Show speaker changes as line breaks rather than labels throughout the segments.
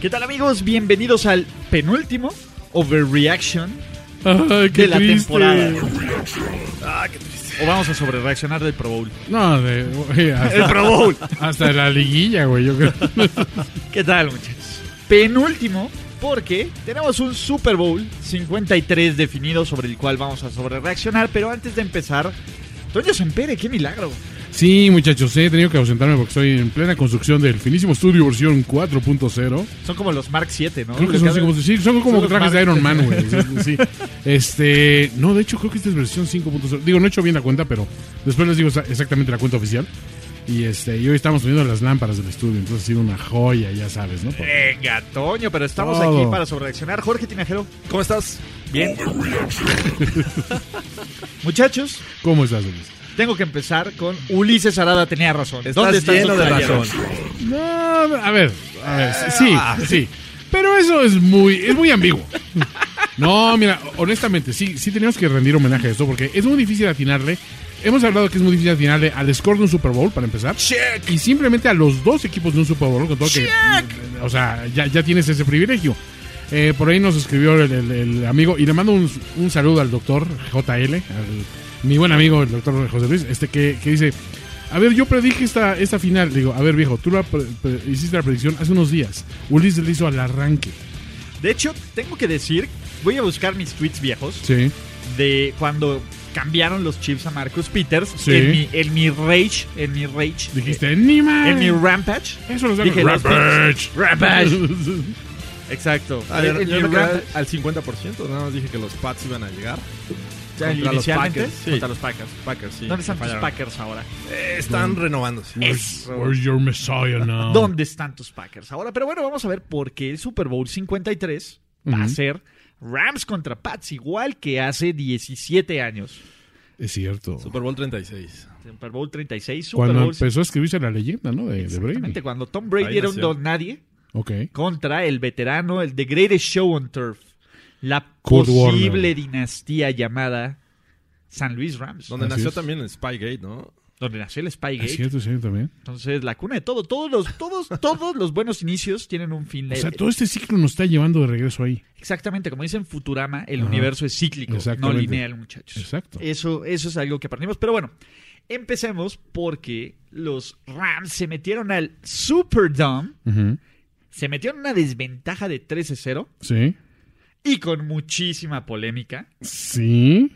¿Qué tal amigos? Bienvenidos al penúltimo Overreaction
Ay, qué
de la
triste.
temporada. Ah, O vamos a sobrereaccionar del Pro Bowl.
No, de, güey, hasta,
Pro Bowl.
hasta la liguilla, güey, yo creo.
¿Qué tal muchachos? Penúltimo porque tenemos un Super Bowl 53 definido sobre el cual vamos a sobrereaccionar. Pero antes de empezar, Toño Sempere, qué milagro.
Sí, muchachos, he tenido que ausentarme porque estoy en plena construcción del finísimo estudio versión 4.0.
Son como los Mark 7, ¿no?
Creo que
Los
son,
que
así como,
hacen-
sí, son como
son
trajes de
los
Iron Man,
martes.
güey. Sí, sí. Este, no, de hecho creo que esta es versión 5.0. Digo, no he hecho bien la cuenta, pero después les digo exa- exactamente la cuenta oficial. Y este, y hoy estamos poniendo las lámparas del estudio, entonces ha sido una joya, ya sabes, ¿no? Por-
Venga, Toño, pero estamos
Todo.
aquí para sobrereaccionar. Jorge Tinajero,
¿Cómo estás? Bien.
muchachos,
¿Cómo estás, Luis?
tengo que empezar con Ulises Arada tenía razón. ¿Dónde están
lleno
sus
de
playeras?
razón.
No, a ver, a ver, sí, sí. Pero eso es muy, es muy ambiguo. No, mira, honestamente, sí, sí tenemos que rendir homenaje a esto porque es muy difícil atinarle. Hemos hablado que es muy difícil atinarle al score de un Super Bowl, para empezar. Y simplemente a los dos equipos de un Super Bowl, con todo que... O sea, ya, ya tienes ese privilegio. Eh, por ahí nos escribió el, el- el amigo y le mando un, un saludo al doctor JL, al- mi buen amigo el doctor José Luis, este que, que dice, a ver, yo predije esta, esta final. Le Digo, a ver viejo, tú la pre- pre- hiciste la predicción hace unos días. Ulises le hizo al arranque.
De hecho, tengo que decir, voy a buscar mis tweets viejos
Sí.
de cuando cambiaron los chips a Marcus Peters.
Sí.
En, mi, en mi rage, en mi rage.
Dijiste, ni
eh,
más.
en mi rampage.
Eso lo
Dije, los
Rampage.
Rampage. Exacto.
A ver,
en
yo
mi
me quedé al,
rampage.
al 50%, nada más dije que los Pats iban a llegar.
Ya,
Contra los
inicialmente,
Packers. Sí.
Contra los Packers.
Packers, sí.
¿Dónde están tus
fallaron.
Packers ahora?
Eh, están renovándose.
Where's, where's your Messiah now?
¿Dónde están tus Packers ahora? Pero bueno, vamos a ver por qué el Super Bowl 53 va a
Ujú.
ser Rams contra Pats, igual que hace 17 años.
Es cierto.
Super Bowl 36.
Super Bowl 36, Super
Cuando
Bowl
empezó a escribirse la leyenda, ¿no? De, de Brady.
Exactamente, cuando Tom Brady
Ahí
era un
nació.
don nadie
Ok.
contra el veterano, el The Greatest Show on Turf, la
Kurt
posible
Warner.
dinastía llamada San Luis Rams,
Donde
Así
nació
es.
también el Spygate, ¿no?
donde nació el
Es
Spygate.
cierto, es cierto también.
Entonces, la cuna de todo, todos los, todos, todos los buenos inicios tienen un fin.
O sea, todo este ciclo nos está llevando de regreso ahí.
Exactamente, como dicen Futurama, el
Ajá.
universo es cíclico, no
Exactamente.
lineal, muchachos.
Exacto.
Eso, eso es algo que aprendimos. Pero bueno, empecemos porque los Rams se metieron al Superdome,
Ujú.
se metieron en una desventaja de 13-0.
Sí.
y con muchísima polémica
Sí.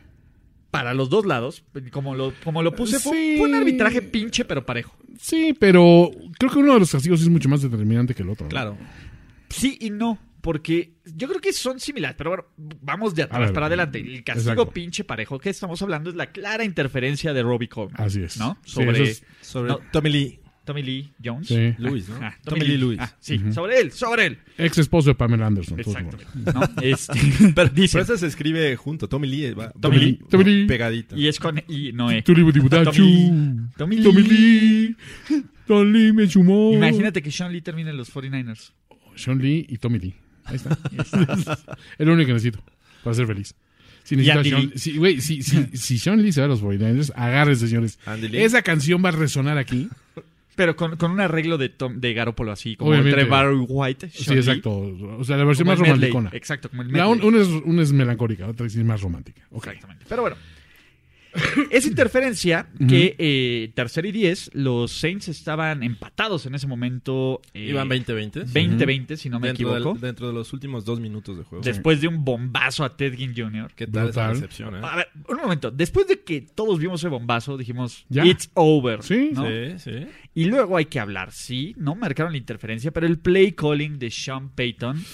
para los dos lados. Como lo, como lo puse, fue,
Sí.
fue un arbitraje pinche pero parejo.
Sí, pero creo que uno de los castigos es mucho más determinante que el otro. ¿no?
Claro.
Sí y no, porque yo creo que son similares, pero bueno, vamos de atrás
A ver,
para adelante. El castigo
exacto.
pinche parejo que estamos hablando es la clara interferencia de Robbie Coleman.
Así es.
¿No?
Ah, Sí,
Sobre
eso es-
Sobre
No.
Tommy Lee.
Tommy Lee Jones.
Sí.
Lewis, ¿no?
Ah, Tommy, Lee
Lewis.
Ah, sí, sobre él, sobre él.
Ex esposo de Pamela Anderson. por favor.
Exactamente. ¿no? Este, pero
Pero
dicen,
ese se escribe junto. Tommy Lee. eh, va-
Tommy Lee.
Tommy Lee.
Pegadito.
y es con y no eh.
Tuributibutachu.
Tommy Lee.
Tommy Lee. Tommy Lee me chumó.
Imagínate que Sean Lee termine en los 49ers.
Sean Lee y Tommy Lee. Ahí está. el único que necesito para ser feliz. Si necesitas
Andy
Sean,
Lee.
si, güey, si, si, si Sean Lee se va a los 49ers, agárrense, señores.
Andy Lee.
Esa canción va a resonar aquí.
Pero con, con un arreglo de, Tom, de Garópolo así, como
Obviamente.
entre Barry White.
Sí,
Sean Lee,
exacto. O sea, la versión
como
más
el medley.
romanticona.
Exacto, como el
La un-
medley.
una, es, una es melancólica, otra es más romántica. Ok.
Exactamente. Pero bueno. Esa interferencia que eh, tercer y 10, los Saints estaban empatados en ese momento. eh,
Iban 20-20.
20-20, si no me
dentro, del-
equivoco.
dentro de los últimos dos minutos de juego.
Después de un bombazo a Ted Ginn Jr.
¿Qué tal esa
Brutal.
recepción, eh?
A ver, un momento. Después de que todos vimos ese bombazo, dijimos,
Ya.
it's over.
Sí,
¿no?
Sí, sí.
Y luego hay que hablar, sí, no marcaron la interferencia, pero el play calling de Sean Payton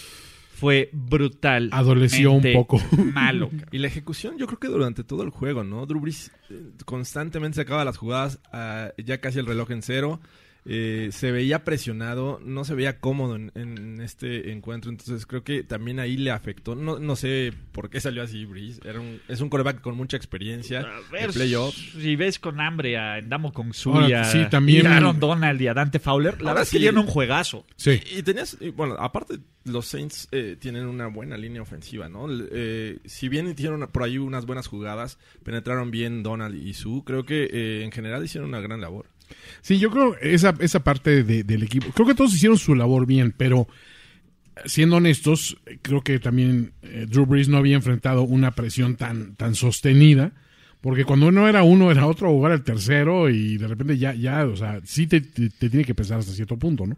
fue brutal.
Adoleció un poco.
Malo. cabrón.
Y la ejecución, yo creo que durante todo el juego, ¿no? Drew Brees eh, constantemente sacaba las jugadas, ah, ya casi el reloj en cero. eh, se veía presionado, no se veía cómodo en, en este encuentro. Entonces creo que también ahí le afectó. No, no sé por qué salió así Breeze. Era un, es un coreback con mucha experiencia
A ver,
de playoff.
si ves con hambre a Endamo con
Ahora, sí, también-
a Aaron Donald y a Dante Fowler, la
Ahora
verdad es que
sí.
dieron un juegazo.
Sí.
Y tenías, y bueno, aparte los Saints eh, tienen una buena línea ofensiva, ¿no? L- eh, si bien hicieron una- por ahí unas buenas jugadas, penetraron bien Donald y Sue, creo que eh, en general hicieron una gran labor.
Sí, yo creo esa, esa parte de- del equipo. Creo que todos hicieron su labor bien, pero siendo honestos, creo que también eh, Drew Brees no había enfrentado una presión tan, tan sostenida. Porque cuando uno era uno, era otro, o era el tercero, y de repente ya, ya, o sea, sí te, te- te tiene que pesar hasta cierto punto, ¿no?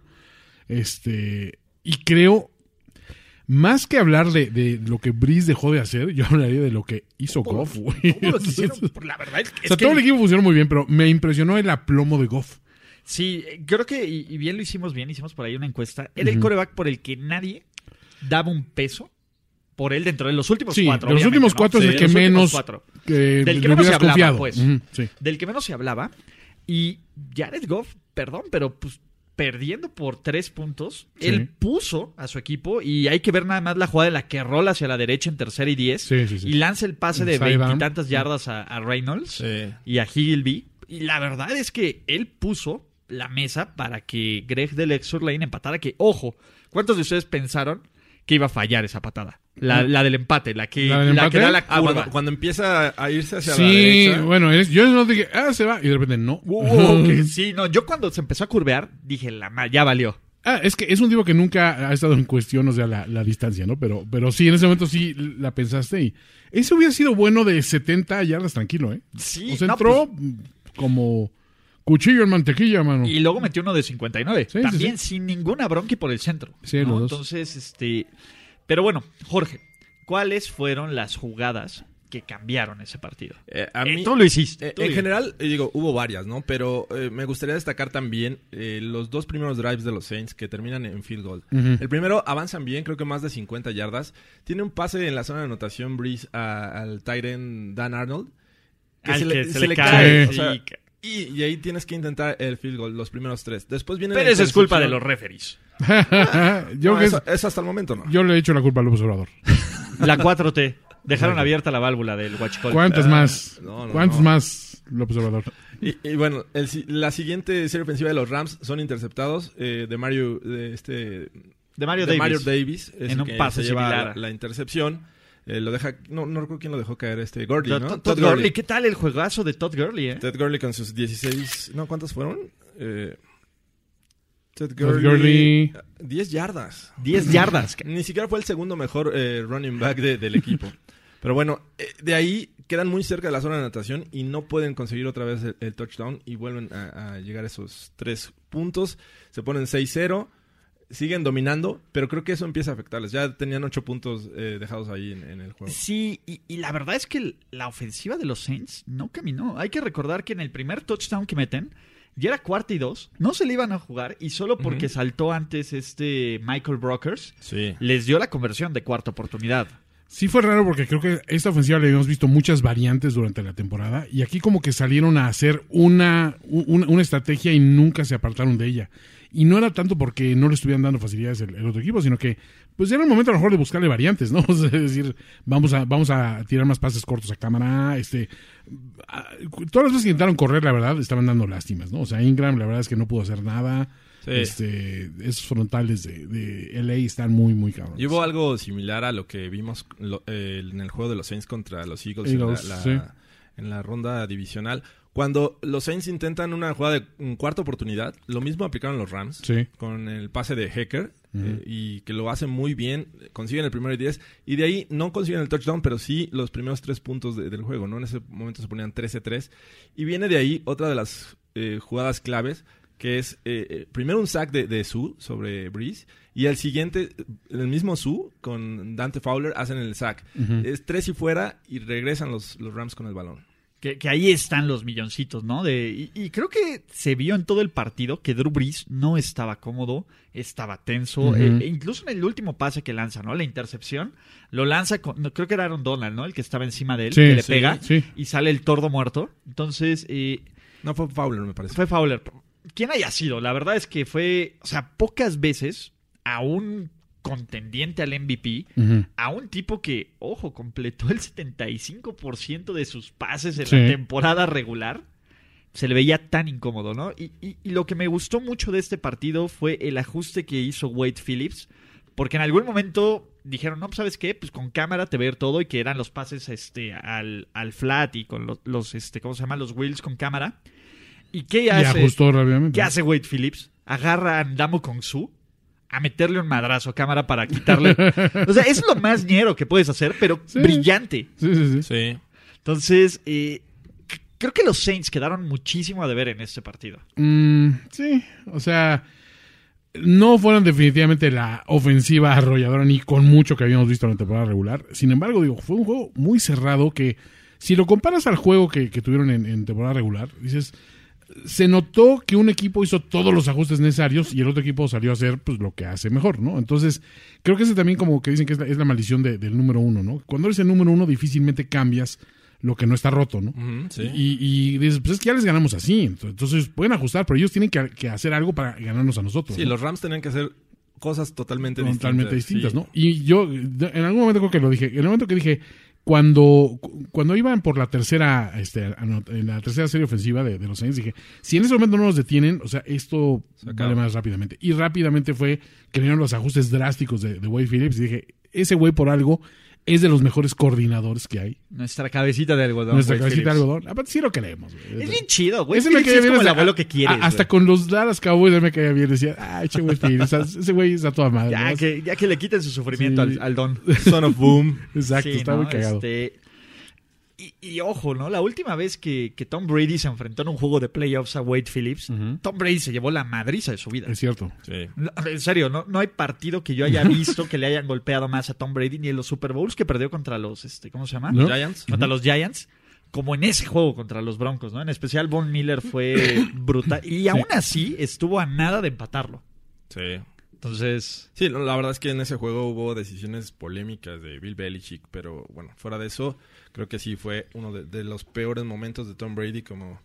Este. Y creo. Más que hablar de, de lo que Brees dejó de hacer, yo hablaría de lo que hizo Goff, güey.
lo hicieron? Por la verdad es que-
O sea,
es que-
todo el equipo funcionó muy bien, pero me impresionó el aplomo de Goff.
Sí, eh, creo que, y, y bien lo hicimos bien, hicimos por ahí una encuesta. Era el coreback por el que nadie daba un peso por él dentro de los últimos
Sí,
cuatro.
de los
obviamente,
últimos
¿no?
cuatro es
Sí,
el
de
que
los últimos
menos-
cuatro.
Que
Del que
le
menos se
hubieras
hablaba,
confiado.
pues.
Ujú, sí.
Del que menos se hablaba. Y Jared Goff, perdón, pero pues perdiendo por tres puntos,
Sí.
él puso a su equipo y hay que ver nada más la jugada de la que rola hacia la derecha en tercera y diez
Sí, sí, sí.
y lanza el pase de
Sidearm.
veintitantas yardas a, a Reynolds
Sí.
y a Higgleby. Y la verdad es que él puso la mesa para que Greg del Exur Lane empatara. Que, ojo, ¿cuántos de ustedes pensaron que iba a fallar esa patada? La, la del empate, la que,
Mm. ¿La
la
del
que
empate?
da la
Ah,
curva.
cuando, cuando empieza a irse hacia la
Sí,
derecha.
bueno, es- yo no dije, ah, se va, y de repente no.
Wow, que sí, no, yo cuando se empezó a curvear, dije, la ma- ya valió.
Ah, es que es un tipo que nunca ha estado en cuestión, o sea, la, la distancia, ¿no? Pero, pero sí, en ese momento sí la pensaste y eso hubiera sido bueno de 70 yardas tranquilo, ¿eh?
Sí,
o sea,
no,
entró mm, como cuchillo en mantequilla, mano.
Y luego metió uno de 59.
Sí, sí,
También sin ninguna bronqui por el centro.
Sí,
¿no?
los dos.
Entonces, este. Pero bueno, Jorge, ¿cuáles fueron las jugadas que cambiaron ese partido?
Eh, a mí-
Eh, tú lo hiciste.
Eh,
tú
en
lo-
general, eh, digo, hubo varias, ¿no? Pero eh, me gustaría destacar también eh, los dos primeros drives de los Saints que terminan en field goal.
Ujú.
El primero avanzan bien, creo que más de 50 yardas. Tiene un pase en la zona de anotación Breeze a- al Tyren Dan Arnold.
Al que se le
cae,
o
sí,
sea,
ca-
y, y ahí tienes que intentar el field goal, los primeros tres. Después viene la
Pero eso es culpa de los
intercepción.
referees.
yo,
No,
que es-
eso, eso hasta el momento no.
yo le he hecho la culpa al observador.
La 4T. Dejaron abierta la válvula del Huachicol.
¿Cuántas más?
no, no,
¿Cuántas
no.
más, López Obrador?
Y, y bueno, el si- la siguiente serie ofensiva de los Rams son interceptados eh, de Mario, de este,
De Mario Davis.
de Mario Davis.
En
es el
un
que
pase
se lleva
similar.
la, la intercepción. Eh, lo deja, no, no recuerdo quién lo dejó caer, este Gurley,
Todd,
¿no?
Todd Gurley. ¿Qué tal el juegazo de Todd Gurley, eh?
Ted Gurley con sus 16, no, ¿cuántas fueron? Eh, Ted
Todd
Gurley,
Gurley.
10 yardas.
10 yardas. ca-
Ni siquiera fue el segundo mejor eh, running back de- del equipo. Pero bueno, eh, de ahí quedan muy cerca de la zona de natación y no pueden conseguir otra vez el, el touchdown y vuelven a, a llegar a esos tres puntos. Se ponen 6-0, siguen dominando, pero creo que eso empieza a afectarles. Ya tenían ocho puntos eh, dejados ahí en, en el juego.
Sí, y, y la verdad es que el- la ofensiva de los Saints no caminó. Hay que recordar que en el primer touchdown que meten, ya era cuarta y dos, no se le iban a jugar y solo porque
Ujú.
saltó antes este Michael Brockers,
Sí.
les dio la conversión de cuarta oportunidad.
Sí fue raro porque creo que esta ofensiva le habíamos visto muchas variantes durante la temporada y aquí como que salieron a hacer una, u- una, una estrategia y nunca se apartaron de ella. Y no era tanto porque no le estuvieran dando facilidades el, el otro equipo, sino que pues era el momento a lo mejor de buscarle variantes, ¿no? Es decir, vamos a, vamos a tirar más pases cortos a cámara, este... a- todas las veces que intentaron correr, la verdad, estaban dando lástimas, ¿no? O sea, Ingram, la verdad es que no pudo hacer nada.
Sí.
Este, esos frontales de, de LA están muy, muy cabrones.
Y hubo algo similar a lo que vimos lo- eh, en el juego de los Saints contra los Eagles,
Eagles,
en, la, la-
sí.
en la ronda divisional. Cuando los Saints intentan una jugada de mm, cuarta oportunidad, lo mismo aplicaron los Rams
Sí.
con el pase de Hacker eh, y que lo hacen muy bien, consiguen el primero y 10 y de ahí no consiguen el touchdown, pero sí los primeros tres puntos de- del juego, ¿no? En ese momento se ponían 13-3 y viene de ahí otra de las eh, jugadas claves que es eh, eh, primero un sack de, de Sue sobre Breeze y el siguiente, eh, el mismo Sue con Dante Fowler hacen el sack. Es tres y fuera y regresan los, los Rams con el balón.
Que, que ahí están los milloncitos, ¿no? De, y, y creo que se vio en todo el partido que Drew Brees no estaba cómodo, estaba tenso.
Ujú.
eh, e incluso en el último pase que lanza, ¿no? La intercepción, lo lanza con. no, creo que era Aaron Donald, ¿no? El que estaba encima de él,
Sí,
que le
sí,
pega
sí.
y sale el tordo muerto. Entonces, eh,
No fue Fowler, me parece.
fue Fowler. quien haya sido, la verdad es que fue, o sea, pocas veces a un contendiente al MVP,
Ujú.
a un tipo que, ojo, completó el 75% de sus pases en
Sí.
la temporada regular, se le veía tan incómodo, ¿no? Y, y- y lo que me gustó mucho de este partido fue el ajuste que hizo Wade Phillips, porque en algún momento dijeron, no, pues, ¿sabes qué? Pues con cámara te ver todo y que eran los pases este, al, al flat y con los, los, este, ¿cómo se llama? Los wheels con cámara. ¿Y qué
Y
hace?
ajustó rápidamente.
¿Qué hace Wade Phillips? Agarra a Ndamo Kong Su a meterle un madrazo a cámara para quitarle. o sea, es lo más ñero que puedes hacer, pero
Sí.
brillante.
Sí, sí, sí.
Sí.
Entonces, eh, c- creo que los Saints quedaron muchísimo a deber en este partido.
Mm, sí, o sea, no fueron definitivamente la ofensiva arrolladora ni con mucho que habíamos visto en la temporada regular. Sin embargo, digo, fue un juego muy cerrado que, si lo comparas al juego que, que tuvieron en, en temporada regular, dices, se notó que un equipo hizo todos los ajustes necesarios y el otro equipo salió a hacer pues lo que hace mejor, ¿no? Entonces, creo que ese también como que dicen que es la, es la maldición de- del número uno, ¿no? Cuando eres el número uno difícilmente cambias lo que no está roto, ¿no?
Ujú, sí.
Y, y dices, pues es que ya les ganamos así. Ento- Entonces pueden ajustar, pero ellos tienen que, que hacer algo para ganarnos a nosotros.
Sí,
¿no?
los Rams tenían que hacer cosas totalmente distintas.
totalmente distintas,
sí.
¿no? Y yo de- en algún momento creo que lo dije, en el momento que dije cuando cu- cuando iban por la tercera este, ano- en la tercera serie ofensiva de, de los Saints dije, si en ese momento no nos detienen, o sea, esto
Se acaba.
vale más rápidamente. Y rápidamente fue que vinieron los ajustes drásticos de, de Wade Phillips y dije, ese güey por algo es de los mejores coordinadores que hay.
Nuestra cabecita de algodón.
Nuestra
Wade
cabecita de
Phillips.
algodón. Aparte sí lo queremos, güey.
Es bien chido, güey.
Ese
Phillips
me caía
es
bien
como el
hasta-
abuelo que quieres.
a- hasta
güey.
con los Dallas Cowboys ya me caía bien. Decía, ay, che, güey, Phil, o sea, ese güey está toda madre.
ya,
¿no?
que, ya que le quiten su sufrimiento
Sí.
al, al don.
Son of Boom.
Exacto,
Sí,
está
¿no?
muy cagado.
Este, y, y ojo, ¿no? La última vez que, que Tom Brady se enfrentó en un juego de playoffs a Wade Phillips, Tom Brady se llevó la madriza de su vida.
Es cierto.
Sí.
No, En serio, no, no hay partido que yo haya visto que le hayan golpeado más a Tom Brady ni en los Super Bowls que perdió contra los, este, ¿cómo se llama?
¿No?
Giants.
Contra los Giants, como en ese juego contra los Broncos, ¿no? En especial Von Miller fue brutal y aún así estuvo a nada de empatarlo.
Sí.
Entonces,
Sí, no, la verdad es que en ese juego hubo decisiones polémicas de Bill Belichick, pero bueno, fuera de eso, creo que sí fue uno de, de los peores momentos de Tom Brady como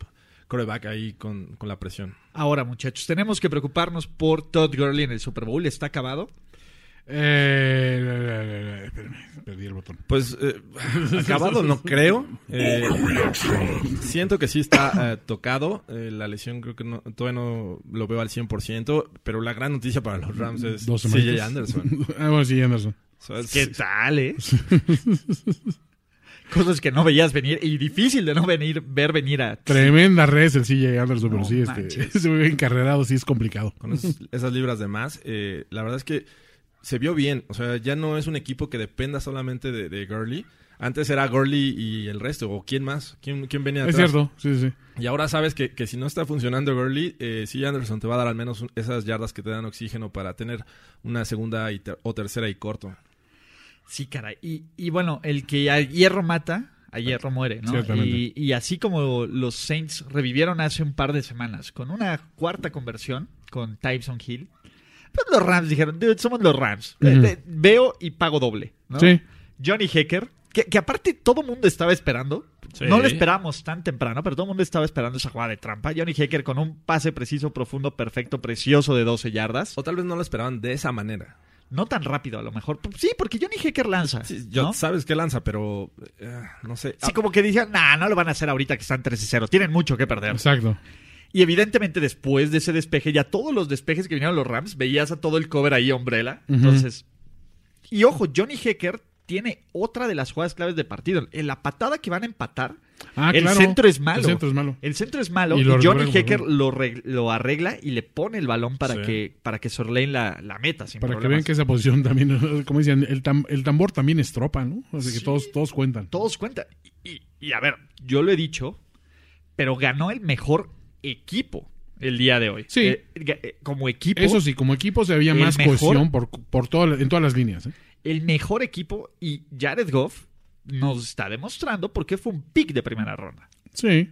coreback ahí con, con la presión.
ahora muchachos, tenemos que preocuparnos por Todd Gurley en el Super Bowl, está acabado.
Eh, la, la, la, la, espérame, perdí el botón.
Pues eh, acabado no creo. Eh, siento que sí está eh, tocado. Eh, la lesión creo que no, todavía no lo veo al 100%, pero la gran noticia para los Rams es
Dos
CJ
semanitas.
Anderson.
ah, bueno, sí, Anderson.
O sea, es-
¿Qué tal, eh? Cosas que no veías venir y difícil de no venir ver venir a
Tremenda red el CJ Anderson, pero
No
sí, este,
manches.
ese güey encarrerado sí es complicado.
con esas, esas libras de más. eh, la verdad es que se vio bien. O sea, ya no es un equipo que dependa solamente de, de Gurley. Antes era Gurley y el resto. ¿O quién más? ¿Quién, quién venía
Es
atrás?
cierto, sí, sí.
Y ahora sabes que, que si no está funcionando Gurley, eh, sí Anderson te va a dar al menos un- esas yardas que te dan oxígeno para tener una segunda y ter- o tercera y corto.
Sí, caray. Y, y bueno, el que a hierro mata, a hierro muere, ¿no?
Ciertamente.
Y, y así como los Saints revivieron hace un par de semanas con una cuarta conversión con Tyson Hill, pues los Rams dijeron, dude, somos los Rams. Eh,
Ujú.
eh, Veo y pago doble, ¿no?
Sí.
Johnny Hecker, que, que aparte todo mundo estaba esperando.
Sí.
No lo esperábamos tan temprano, pero todo el mundo estaba esperando esa jugada de trampa. Johnny Hecker con un pase preciso, profundo, perfecto, precioso de 12 yardas.
O tal vez no lo esperaban de esa manera.
No tan rápido, a lo mejor. Sí, porque Johnny Hecker lanza.
Sí, yo-
¿no?
Sabes que lanza, pero eh, no sé.
Sí, como que dijeron, nah, no lo van a hacer ahorita que están 13-0. Tienen mucho que perder.
Exacto.
Y evidentemente después de ese despeje, ya todos los despejes que vinieron los Rams, veías a todo el cover ahí, Umbrella.
Ujú.
Entonces. Y ojo, Johnny Hecker tiene otra de las jugadas claves de partido. En la patada que van a empatar,
Ah,
el
claro.
centro es malo.
El centro es malo.
El centro es malo y,
Y lo
Johnny
recuperan como
Hecker
gol.
lo, reg- lo arregla y le pone el balón para
Sí.
que para que Sorlain la, la meta sin
Para que
problemas.
vean que esa posición también, como dicen, el, tam- el tambor también es tropa, ¿no? Así que todos, todos cuentan.
todos cuentan. Y, y- y a ver, yo lo he dicho, pero ganó el mejor equipo el día de hoy.
Sí.
Eh, ga- eh, como equipo,
Eso sí, como equipo se veía
El
más
mejor-
cohesión por, por todo- en todas las líneas. ¿eh?
el mejor equipo y Jared Goff nos está demostrando por qué fue un pick de primera ronda.
Sí.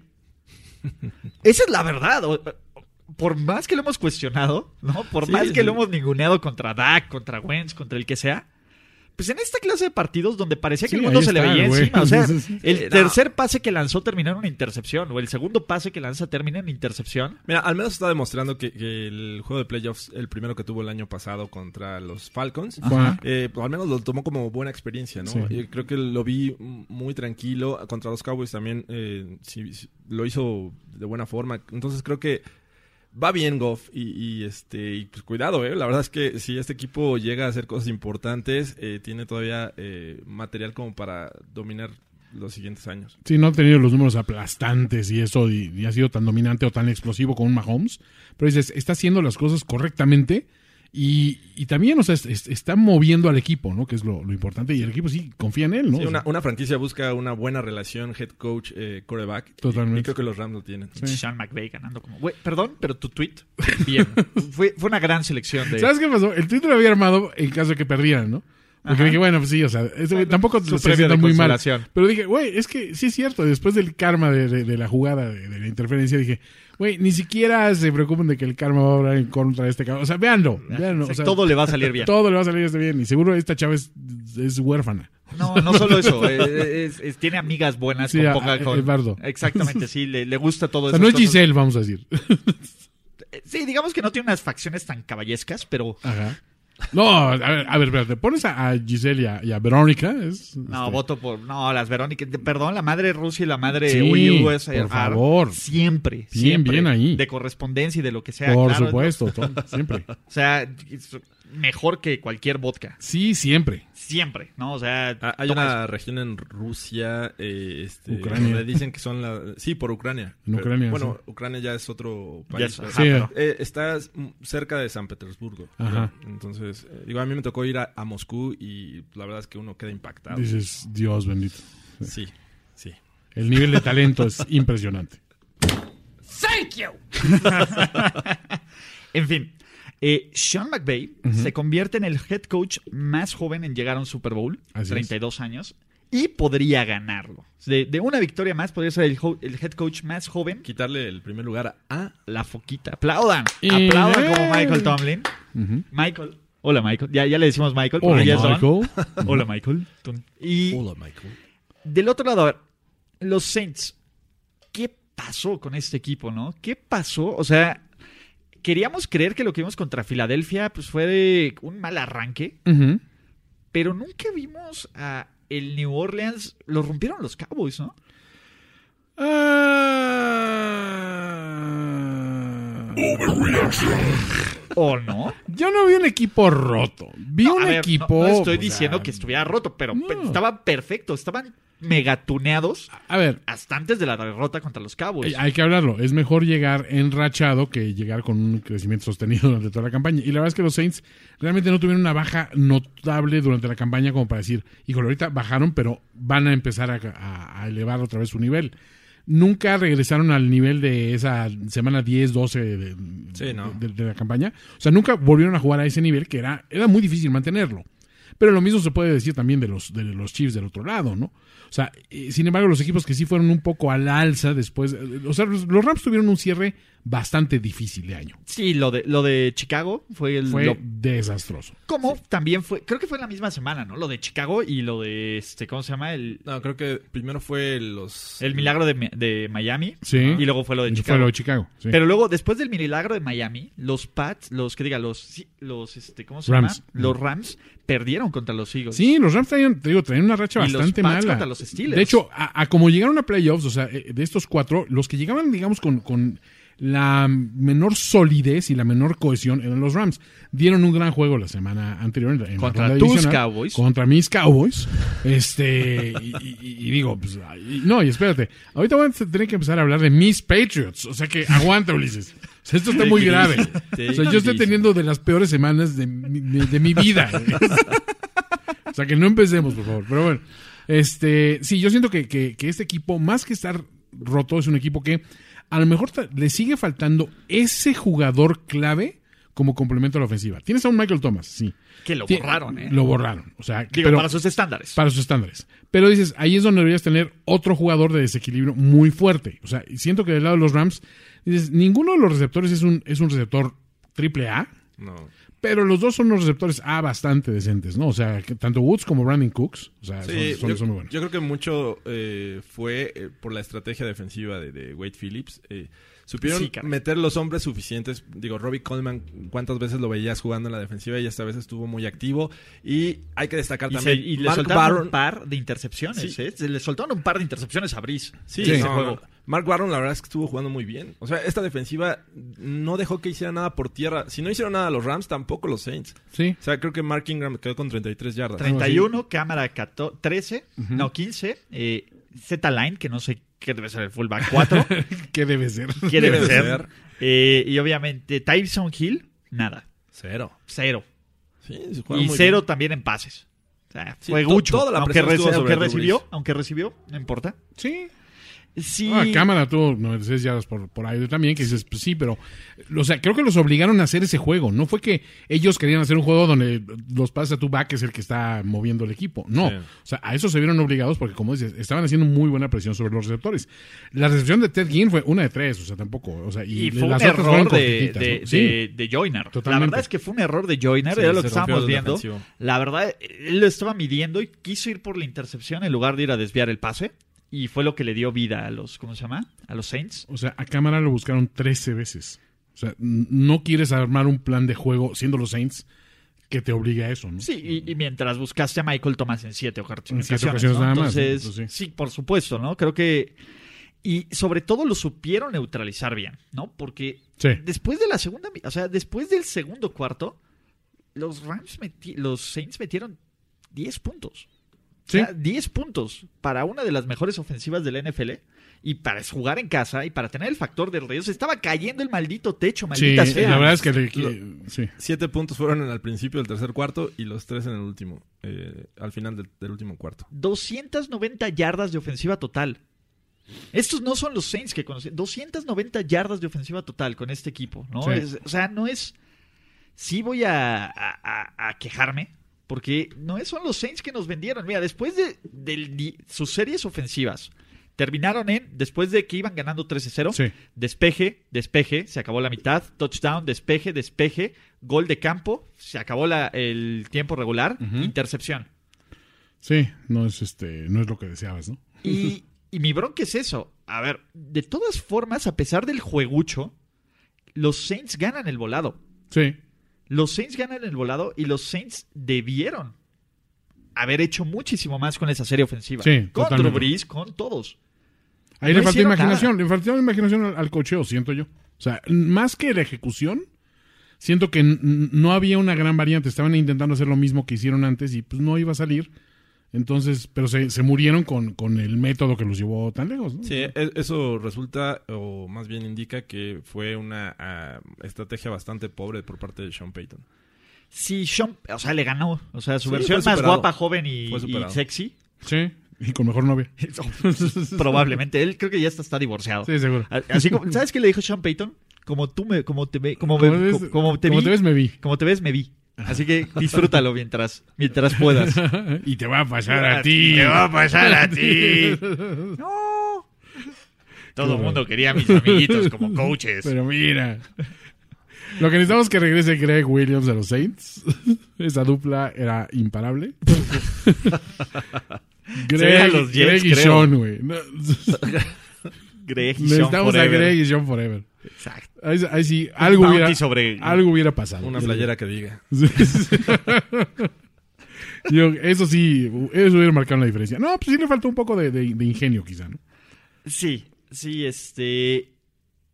Esa es la verdad. o- o- por más que lo hemos cuestionado, ¿no? Por
Sí,
más que
sí.
lo hemos ninguneado contra Dak, contra Wentz, contra el que sea, Pues en esta clase de partidos donde parecía que
Sí,
el mundo
ahí
se le
está,
veía
güey.
encima. O sea,
Sí, sí, sí.
el
No.
tercer pase que lanzó terminó en una intercepción. O el segundo pase que lanza termina en intercepción.
Mira, al menos está demostrando que, que el juego de playoffs, el primero que tuvo el año pasado contra los Falcons,
Ajá.
eh, pues, al menos lo tomó como buena experiencia, ¿no?
Sí.
Yo creo que lo vi m- muy tranquilo. Contra los Cowboys también eh, sí- sí, lo hizo de buena forma. Entonces creo que va bien Goff y, y, este y, pues, cuidado, ¿eh? La verdad es que si este equipo llega a hacer cosas importantes, eh, tiene todavía eh, material como para dominar los siguientes años.
Sí, no ha tenido los números aplastantes y eso, y, y ha sido tan dominante o tan explosivo como un Mahomes. Pero dices, está haciendo las cosas correctamente y, y también, o sea, es- es- está moviendo al equipo, ¿no? Que es lo, lo importante. Y el equipo sí confía en él, ¿no? O
Sí,
sea,
una, una franquicia busca una buena relación head coach eh, quarterback.
Totalmente.
Y creo que los Rams lo tienen.
Sean McVay ganando como... Güey, perdón, pero tu tweet, bien. fue, fue una gran selección de...
¿Sabes qué pasó? El Twitter lo había armado en caso de que perdieran, ¿no? Porque
Ajá.
dije, bueno, pues sí, o sea, este güey tampoco
Su
se
premio
sienta
de
muy mal.
consolación.
Pero dije, güey, es que sí es cierto, después del karma de, de- de la jugada, de, de la interferencia, dije, güey, ni siquiera se preocupen de que el karma va a hablar en contra de este cabrón. O sea, véanlo,
¿eh?
véanlo.
O sea,
o sea,
todo le va a salir bien.
Todo le va a salir este bien. Y seguro esta chava es, es huérfana.
No, no solo eso. eh, es- es- tiene amigas buenas
Sí,
con
a-
poca...
a-
con-
el bardo.
Exactamente, sí. Le, le gusta todo
O
eso.
sea, no es Giselle, vamos a decir.
Sí, digamos que no tiene unas facciones tan caballescas, pero...
Ajá. No, a ver, a ver, espérate. Pones a, a Giselle y a, y a Verónica. Es,
No,
este,
voto por... No, las Verónica... de- Perdón, la madre Rusia y la madre
Sí,
USR.
por favor.
eh, Siempre, bien,
bien ahí.
De correspondencia y de lo que sea.
Por
claro,
supuesto, todo, siempre.
O sea, es mejor que cualquier vodka.
Sí, siempre.
Siempre, ¿no? O sea...
Ah, Hay
toma
una región en Rusia, eh, este,
Ucrania.
donde dicen que son la... Sí, por Ucrania.
En
Pero,
Ucrania,
Bueno, Ucrania ya es otro
Ya
país.
es-
¿verdad?
ajá,
Sí,
Ah, pero-
Eh, está mm, cerca de San Petersburgo.
Ajá.
Entonces, eh, digo, a mí me tocó ir a, a Moscú y la verdad es que uno queda
ah,
impactado.
Dices, Dios bendito.
Sí, sí.
El nivel de talento es impresionante.
En fin, eh, Sean McVay se convierte en el head coach más joven en llegar a un Super Bowl,
Así es.
32 años, y podría ganarlo. De, de una victoria más, podría ser el, ho- el head coach más joven.
Quitarle el primer lugar a...
La foquita. Aplaudan.
Y-
Aplaudan
¡Eh!
como Michael Tomlin.
Ujú.
Michael. Hola, Michael. Ya, ya le decimos Michael. porque
Hola,
ya es Don.
Oh, Michael.
Hola, Michael. Tun. Y
Michael.
del otro lado, a ver, los Saints, ¿qué pasó con este equipo, no? ¿Qué pasó? O sea, queríamos creer que lo que vimos contra Filadelfia pues fue de un mal arranque,
Ujú.
pero nunca vimos a el New Orleans, lo rompieron los Cowboys, ¿no?
Ah.
¿O no?
Yo no vi un equipo roto. Vi
No,
un
a ver, no-
equipo.
No, estoy
o sea,
diciendo que estuviera roto, pero
no.
pe- estaba perfecto, estaban megatuneados
A ver,
hasta antes de la derrota contra los Cowboys.
eh, hay que hablarlo. Es mejor llegar enrachado que llegar con un crecimiento sostenido durante toda la campaña. Y la verdad es que los Saints realmente no tuvieron una baja notable durante la campaña como para decir, híjole, ahorita bajaron, pero van a empezar a, a- a elevar otra vez su nivel. Nunca regresaron al nivel de esa semana 10, 12 de,
Sí, no.
de- de la campaña. O sea, nunca volvieron a jugar a ese nivel que era, era muy difícil mantenerlo. Pero lo mismo se puede decir también de los, de los Chiefs del otro lado, ¿no? O sea, eh, sin embargo, los equipos que sí fueron un poco al alza después. eh, o sea, los los Rams tuvieron un cierre bastante difícil de año.
Sí, lo de, lo de Chicago fue el
Fue
lo
desastroso.
Como también fue, creo que fue en la misma semana, ¿no? Lo de Chicago y lo de, este, ¿cómo se llama? El,
No, creo que primero fue los...
el milagro de, Mi- de Miami.
Sí.
Y luego fue lo de Chicago.
Fue lo de Chicago. sí.
Pero luego, después del milagro de Miami, los Pats, los, que diga, los, sí, los, este, ¿cómo se
Rams.
llama? Los Rams perdieron contra los Eagles.
Sí, los Rams traían, te digo, traían una racha
Y los
bastante
Pats
mala.
contra los Steelers.
De hecho, a, a como llegaron a playoffs, o sea, eh, de estos cuatro, los que llegaban, digamos, con, con la menor solidez y la menor cohesión eran los Rams. Dieron un gran juego la semana anterior. en la- en la
Contra
ronda
tus
divisional,
Cowboys.
Contra mis Cowboys. Este, y, y- y digo, pues, ay, no, y espérate. Ahorita voy a tener que empezar a hablar de mis Patriots. O sea que aguanta, Ulises. O sea, esto está
Take
muy
it
grave.
easy,
O
take
sea, yo
it
estoy
easy.
teniendo de las peores semanas de mi, de- de mi vida. O sea, que no empecemos, por favor. Pero bueno, este, sí, yo siento que, que- que este equipo, más que estar roto, es un equipo que a lo mejor ta- le sigue faltando ese jugador clave como complemento a la ofensiva. Tienes a un Michael Thomas, sí.
Que lo
Ti-
borraron, ¿eh?
Lo borraron. O sea,
Digo,
pero-
para sus estándares.
para sus estándares. Pero dices, ahí es donde deberías tener otro jugador de desequilibrio muy fuerte. O sea, siento que del lado de los Rams, dices, ninguno de los receptores es un, es un receptor triple A.
No.
Pero los dos son unos receptores A bastante decentes, ¿no? O sea, que tanto Woods como Brandon Cooks, o sea,
Sí,
son, son-
yo,
son muy buenos.
yo creo que mucho eh, fue eh, por la estrategia defensiva de, de Wade Phillips. eh, supieron
Sí, caray.
meter los hombres suficientes. Digo, Robbie Coleman, ¿cuántas veces lo veías jugando en la defensiva? Y esta vez estuvo muy activo. Y hay que destacar
Y, se-
también.
y le
Mark
soltaron
Barron-
un par de intercepciones,
Sí.
¿eh? Se le soltaron un par de intercepciones a Brice.
Sí,
Sí.
no,
ese
no.
juego.
Mark Barron la verdad es que estuvo jugando muy bien. O sea, esta defensiva no dejó que hiciera nada por tierra. Si no hicieron nada los Rams, tampoco los Saints.
Sí.
O sea, creo que Mark Ingram quedó con 33 yardas.
31, cámara 14, 13, no, 15. Eh, Z-Line, que no sé qué debe ser el fullback 4.
¿Qué debe ser?
¿Qué debe
Debe
ser?
ser.
Eh, y obviamente Tyson Hill, nada.
Cero.
Cero.
Sí,
y cero también en pases. O sea,
Sí,
fue
to-
Gucho.
toda la
aunque,
presión
reci-
estuvo sobre
aunque
Drew
recibió,
Brees.
aunque recibió, no importa.
Sí.
Sí.
Ah, cámara tuvo 96 yardas por, por aire también, que dices, pues sí, pero. O sea, creo que los obligaron a hacer ese juego. No fue que ellos querían hacer un juego donde los pases a tu back es el que está moviendo el equipo. No.
Sí.
O sea, a eso se vieron obligados porque, como dices, estaban haciendo muy buena presión sobre los receptores. La recepción de Ted Ginn fue una de tres, o sea, tampoco. O sea, y,
Y fue un
las otras fueron
error de,
cortititas,
de,
¿no? Sí.
de- de Joyner. La
Totalmente.
verdad es que fue un error de Joyner,
Sí,
era lo
se
que
rompió
estábamos
el
viendo.
defensivo.
La verdad, él lo estaba midiendo y quiso ir por la intercepción en lugar de ir a desviar el pase. Y fue lo que le dio vida a los, ¿cómo se llama? A los Saints.
O sea, a cámara lo buscaron 13 veces. O sea, n- no quieres armar un plan de juego siendo los Saints que te obliga a eso, ¿no?
Sí, y, y mientras buscaste a Michael Thomas en siete oca- ocasiones.
ocasiones
¿no?
nada más,
Entonces,
entonces,
sí. por supuesto, ¿no? Creo que. Y sobre todo lo supieron neutralizar bien, ¿no? Porque
Sí.
después de la segunda. mi- O sea, después del segundo cuarto, los Rams meti- los Saints metieron 10 puntos.
Sí.
O sea, 10 puntos para una de las mejores ofensivas de la NFL. Y para jugar en casa y para tener el factor del rey. Se estaba cayendo el maldito techo,
Sí,
maldita sea.
la verdad es que le- sí.
Siete puntos fueron en el principio del tercer cuarto y los tres en el último, eh, al final del, del último cuarto.
290 yardas de ofensiva total. Estos no son los Saints que conocí. 290 yardas de ofensiva total con este equipo, ¿no?
Sí.
Es- o sea, no es. Sí voy a, a- a- a quejarme. Porque no es- son los Saints que nos vendieron. Mira, después de, del di- sus series ofensivas, terminaron en, después de que iban ganando 13-0,
Sí.
despeje, despeje, se acabó la mitad, touchdown, despeje, despeje, gol de campo, se acabó la- el tiempo regular,
Ujú.
intercepción.
Sí, no es este, no es lo que deseabas, ¿no?
Y, y mi bronca es eso. A ver, de todas formas, a pesar del juegucho, los Saints ganan el volado.
Sí.
Los Saints ganan el volado y los Saints debieron haber hecho muchísimo más con esa serie ofensiva.
Sí,
con
totalmente.
Drew Brees, con todos.
Ahí
No
le faltó
hicieron
imaginación, le faltó imaginación al, al cocheo, siento yo. O sea, n- más que la ejecución, siento que n- n- no había una gran variante. Estaban intentando hacer lo mismo que hicieron antes y pues no iba a salir. Entonces, pero se, se murieron con, con el método que los llevó tan lejos, ¿no?
Sí, e- eso resulta, o más bien indica que fue una ah, estrategia bastante pobre por parte de Sean Payton.
Sí, Sean, o sea, le ganó. O sea, su
Sí,
versión
fue
más
superado.
guapa, joven y,
Fue
y
superado.
sexy.
Sí, y con mejor novia.
Probablemente. Él creo que ya está, está divorciado.
Sí, seguro.
A- Así como, ¿sabes qué le dijo Sean Payton? Como tú me, como te ve, como,
Como
me-
ves-
co- como te
como
vi,
te ves, me vi.
Como te ves, me vi. Así que disfrútalo mientras, mientras puedas.
y te va a pasar a ti. Te Ah, va a pasar a ti.
Todo el mundo quería a mis amiguitos como coaches.
Pero mira. Lo que necesitamos es que regrese Greg Williams a los Saints. Esa dupla era imparable.
Se ve a
Greg,
los Jets,
Greg y
creo.
Sean, güey. No,
Greg y Sean
necesitamos a
forever.
Greg y Sean Forever.
Exacto.
Ahí, ahí sí, algo
Bounty
hubiera,
sobre-
algo hubiera pasado.
Una playera que diga.
Sí, sí. Yo, eso sí, eso hubiera marcado la diferencia. No, pues sí le faltó un poco de, de- de ingenio, quizá, ¿no?
Sí, sí, este.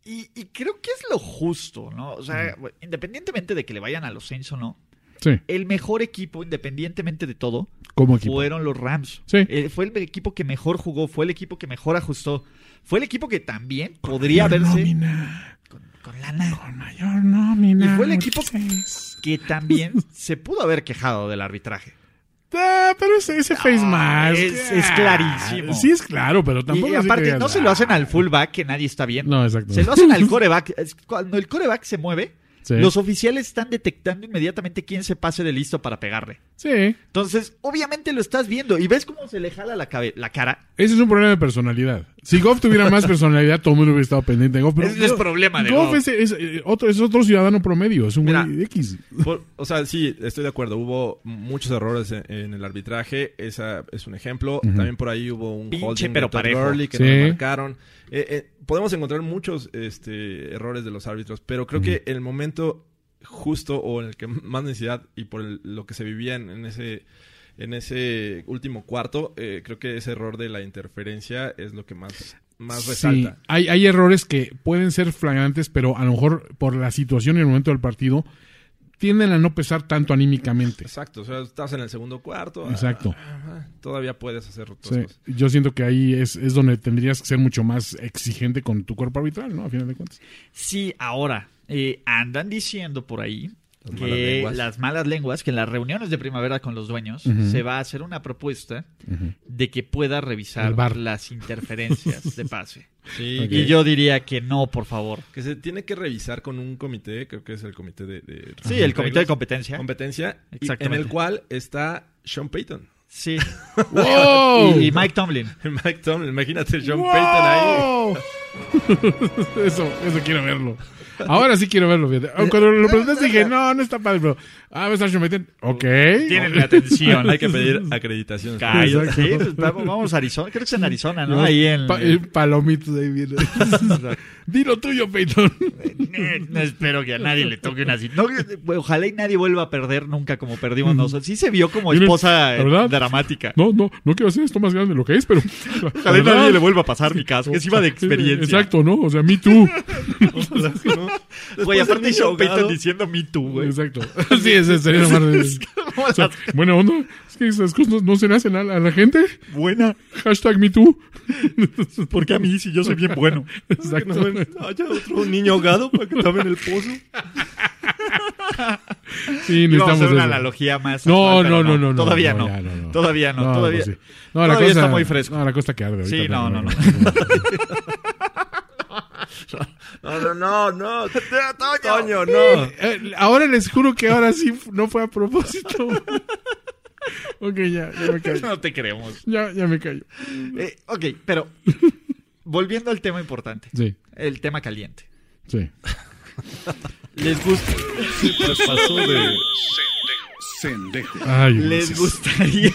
Y, y creo que es lo justo, ¿no? O sea, independientemente de que le vayan a los Saints o no,
Sí,
el mejor equipo, independientemente de todo,
como equipo.
fueron los Rams.
Sí.
Eh, fue el equipo que mejor jugó, fue el equipo que mejor ajustó, fue el equipo que también podría haberse
Nómina,
con, con lana.
con mayor nómina.
Y fue el equipo-
Ulises.
que también se pudo haber quejado del arbitraje.
Ah, pero ese, ese face mask.
es- es
ah,
clarísimo.
Sí, es claro, pero tampoco.
y
así que
aparte,
digas,
no se lo hacen
ah.
al fullback que nadie está viendo.
No, exacto.
Se lo hacen al coreback. Es Cuando el coreback se mueve,
Sí.
Los oficiales están detectando inmediatamente quién se pase de listo para pegarle.
Sí.
Entonces, obviamente lo estás viendo y ves cómo se le jala la, cabe- la cara.
Ese es un problema de personalidad. Si Goff tuviera más personalidad, todo el mundo hubiera estado pendiente de Goff. Pero
Ese es problema de
Goff.
Goff.
es, es, eh, otro, es otro ciudadano promedio, es un
Mira.
güey X.
Por- o sea, sí, estoy de acuerdo. Hubo muchos errores en, en el arbitraje. Esa es un ejemplo. También por ahí hubo un
Pinche,
holding
pero
de Todd
parejo.
Gurley que
Sí.
no le marcaron. Eh, eh, podemos encontrar muchos este, errores de los árbitros, pero creo que el momento justo o en el que más necesidad y por el- lo que se vivía en, en ese en ese último cuarto, eh, creo que ese error de la interferencia es lo que más, más resalta.
Sí, hay, hay errores que pueden ser flagrantes, pero a lo mejor por la situación y el momento del partido tienden a no pesar tanto anímicamente.
Exacto, o sea, estás en el segundo cuarto.
Exacto.
ah, todavía puedes hacer otras
Sí,
cosas.
Yo siento que ahí es, es donde tendrías que ser mucho más exigente con tu cuerpo arbitral, ¿no? A final de cuentas.
Sí, ahora, eh, andan diciendo por ahí
Las
que
malas lenguas.
las malas lenguas, que en las reuniones de primavera con los dueños se va a hacer una propuesta de que pueda revisar
El VAR.
las interferencias de pase.
Sí,
Ok.
que-
Y yo diría que no, por favor.
Que se tiene que revisar con un comité, creo que es el comité de... de-
Sí, el comité de
reglas,
competencia.
competencia. y- en
Exactamente.
el cual está Sean Payton.
Sí.
¡Wow!
Y, y Mike Tomlin.
Mike Tomlin, imagínate Sean
¡Wow!
Payton ahí.
eso, eso quiero verlo. Ahora sí quiero verlo, fíjate. Ah, Cuando lo presentaste dije, no, no está padre, pero... Ah, ¿ves a Schumeten? Ok.
Tienen mi atención.
Hay que pedir acreditación.
Cállate.
Exacto.
Sí, pues, vamos, vamos a Arizona. Creo que es en Arizona, ¿no?
Los
Ahí en.
pa- eh, el palomito de ahí viene. Dilo tuyo, Peyton.
Eh, no espero que a nadie le toque una así. No, eh, ojalá y nadie vuelva a perder nunca como perdimos nosotros. Sí se vio como
Miren,
esposa eh,
la verdad,
dramática.
No, no, no quiero hacer esto más grande de lo que es, pero.
Ojalá y
¿verdad?
nadie le vuelva a pasar mi caso. Que es iba de experiencia.
Exacto, ¿no? O sea, me too.
Güey, aparte
Después de
Sean
niño ahogado.
Payton diciendo Me Too, güey.
Exacto. Sí, ese sería lo más.
Como
O sea,
las-
buena onda. Es que esas cosas no, no se le hacen a, la- a la gente.
Buena.
Hashtag me too.
Porque a mí sí, yo soy bien bueno.
Exacto.
Haya otro niño ahogado para que tome en el pozo.
Sí,
Vamos a
necesitamos
hacer una
eso.
analogía más.
No,
actual, pero
no, no, no, no.
Todavía no.
ya, no, no.
Todavía no. Todavía.
pues sí.
todavía está muy fresco.
No, la cosa que arde.
Sí,
ahorita,
no,
pero-
no,
No, no, no, no. Toño, no.
Eh, ahora les juro que ahora sí f- no fue a propósito. ok, ya, ya me callo.
No te creemos.
Ya, ya me callo.
Eh, ok, pero volviendo al tema importante,
Sí,
el tema caliente.
sí.
¿Les, gusta,
Pues pasó de...
Sendejo.
Ay,
¿Les
Ulises.
gustaría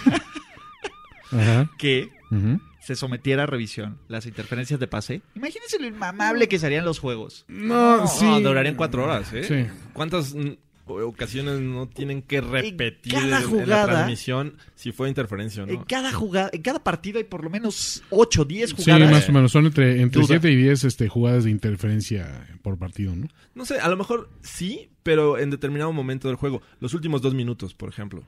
Ajá.
que
ujú.
se sometiera a revisión las interferencias de pase? Imagínense lo inmamable que serían los juegos.
No, sí.
No, durarían cuatro horas, ¿eh?
Sí.
¿Cuántas mm, ocasiones no tienen que repetir
cada
en- en,
jugada-
la transmisión si fue interferencia o no?
En cada jugada, en cada partido hay por lo menos 8, 10
Sí,
jugadas.
más o menos. Son entre, entre
Duda.
7 y 10 este, jugadas de interferencia por partido, ¿no?
No sé, a lo mejor sí, pero en determinado momento del juego. Los últimos dos minutos, por ejemplo.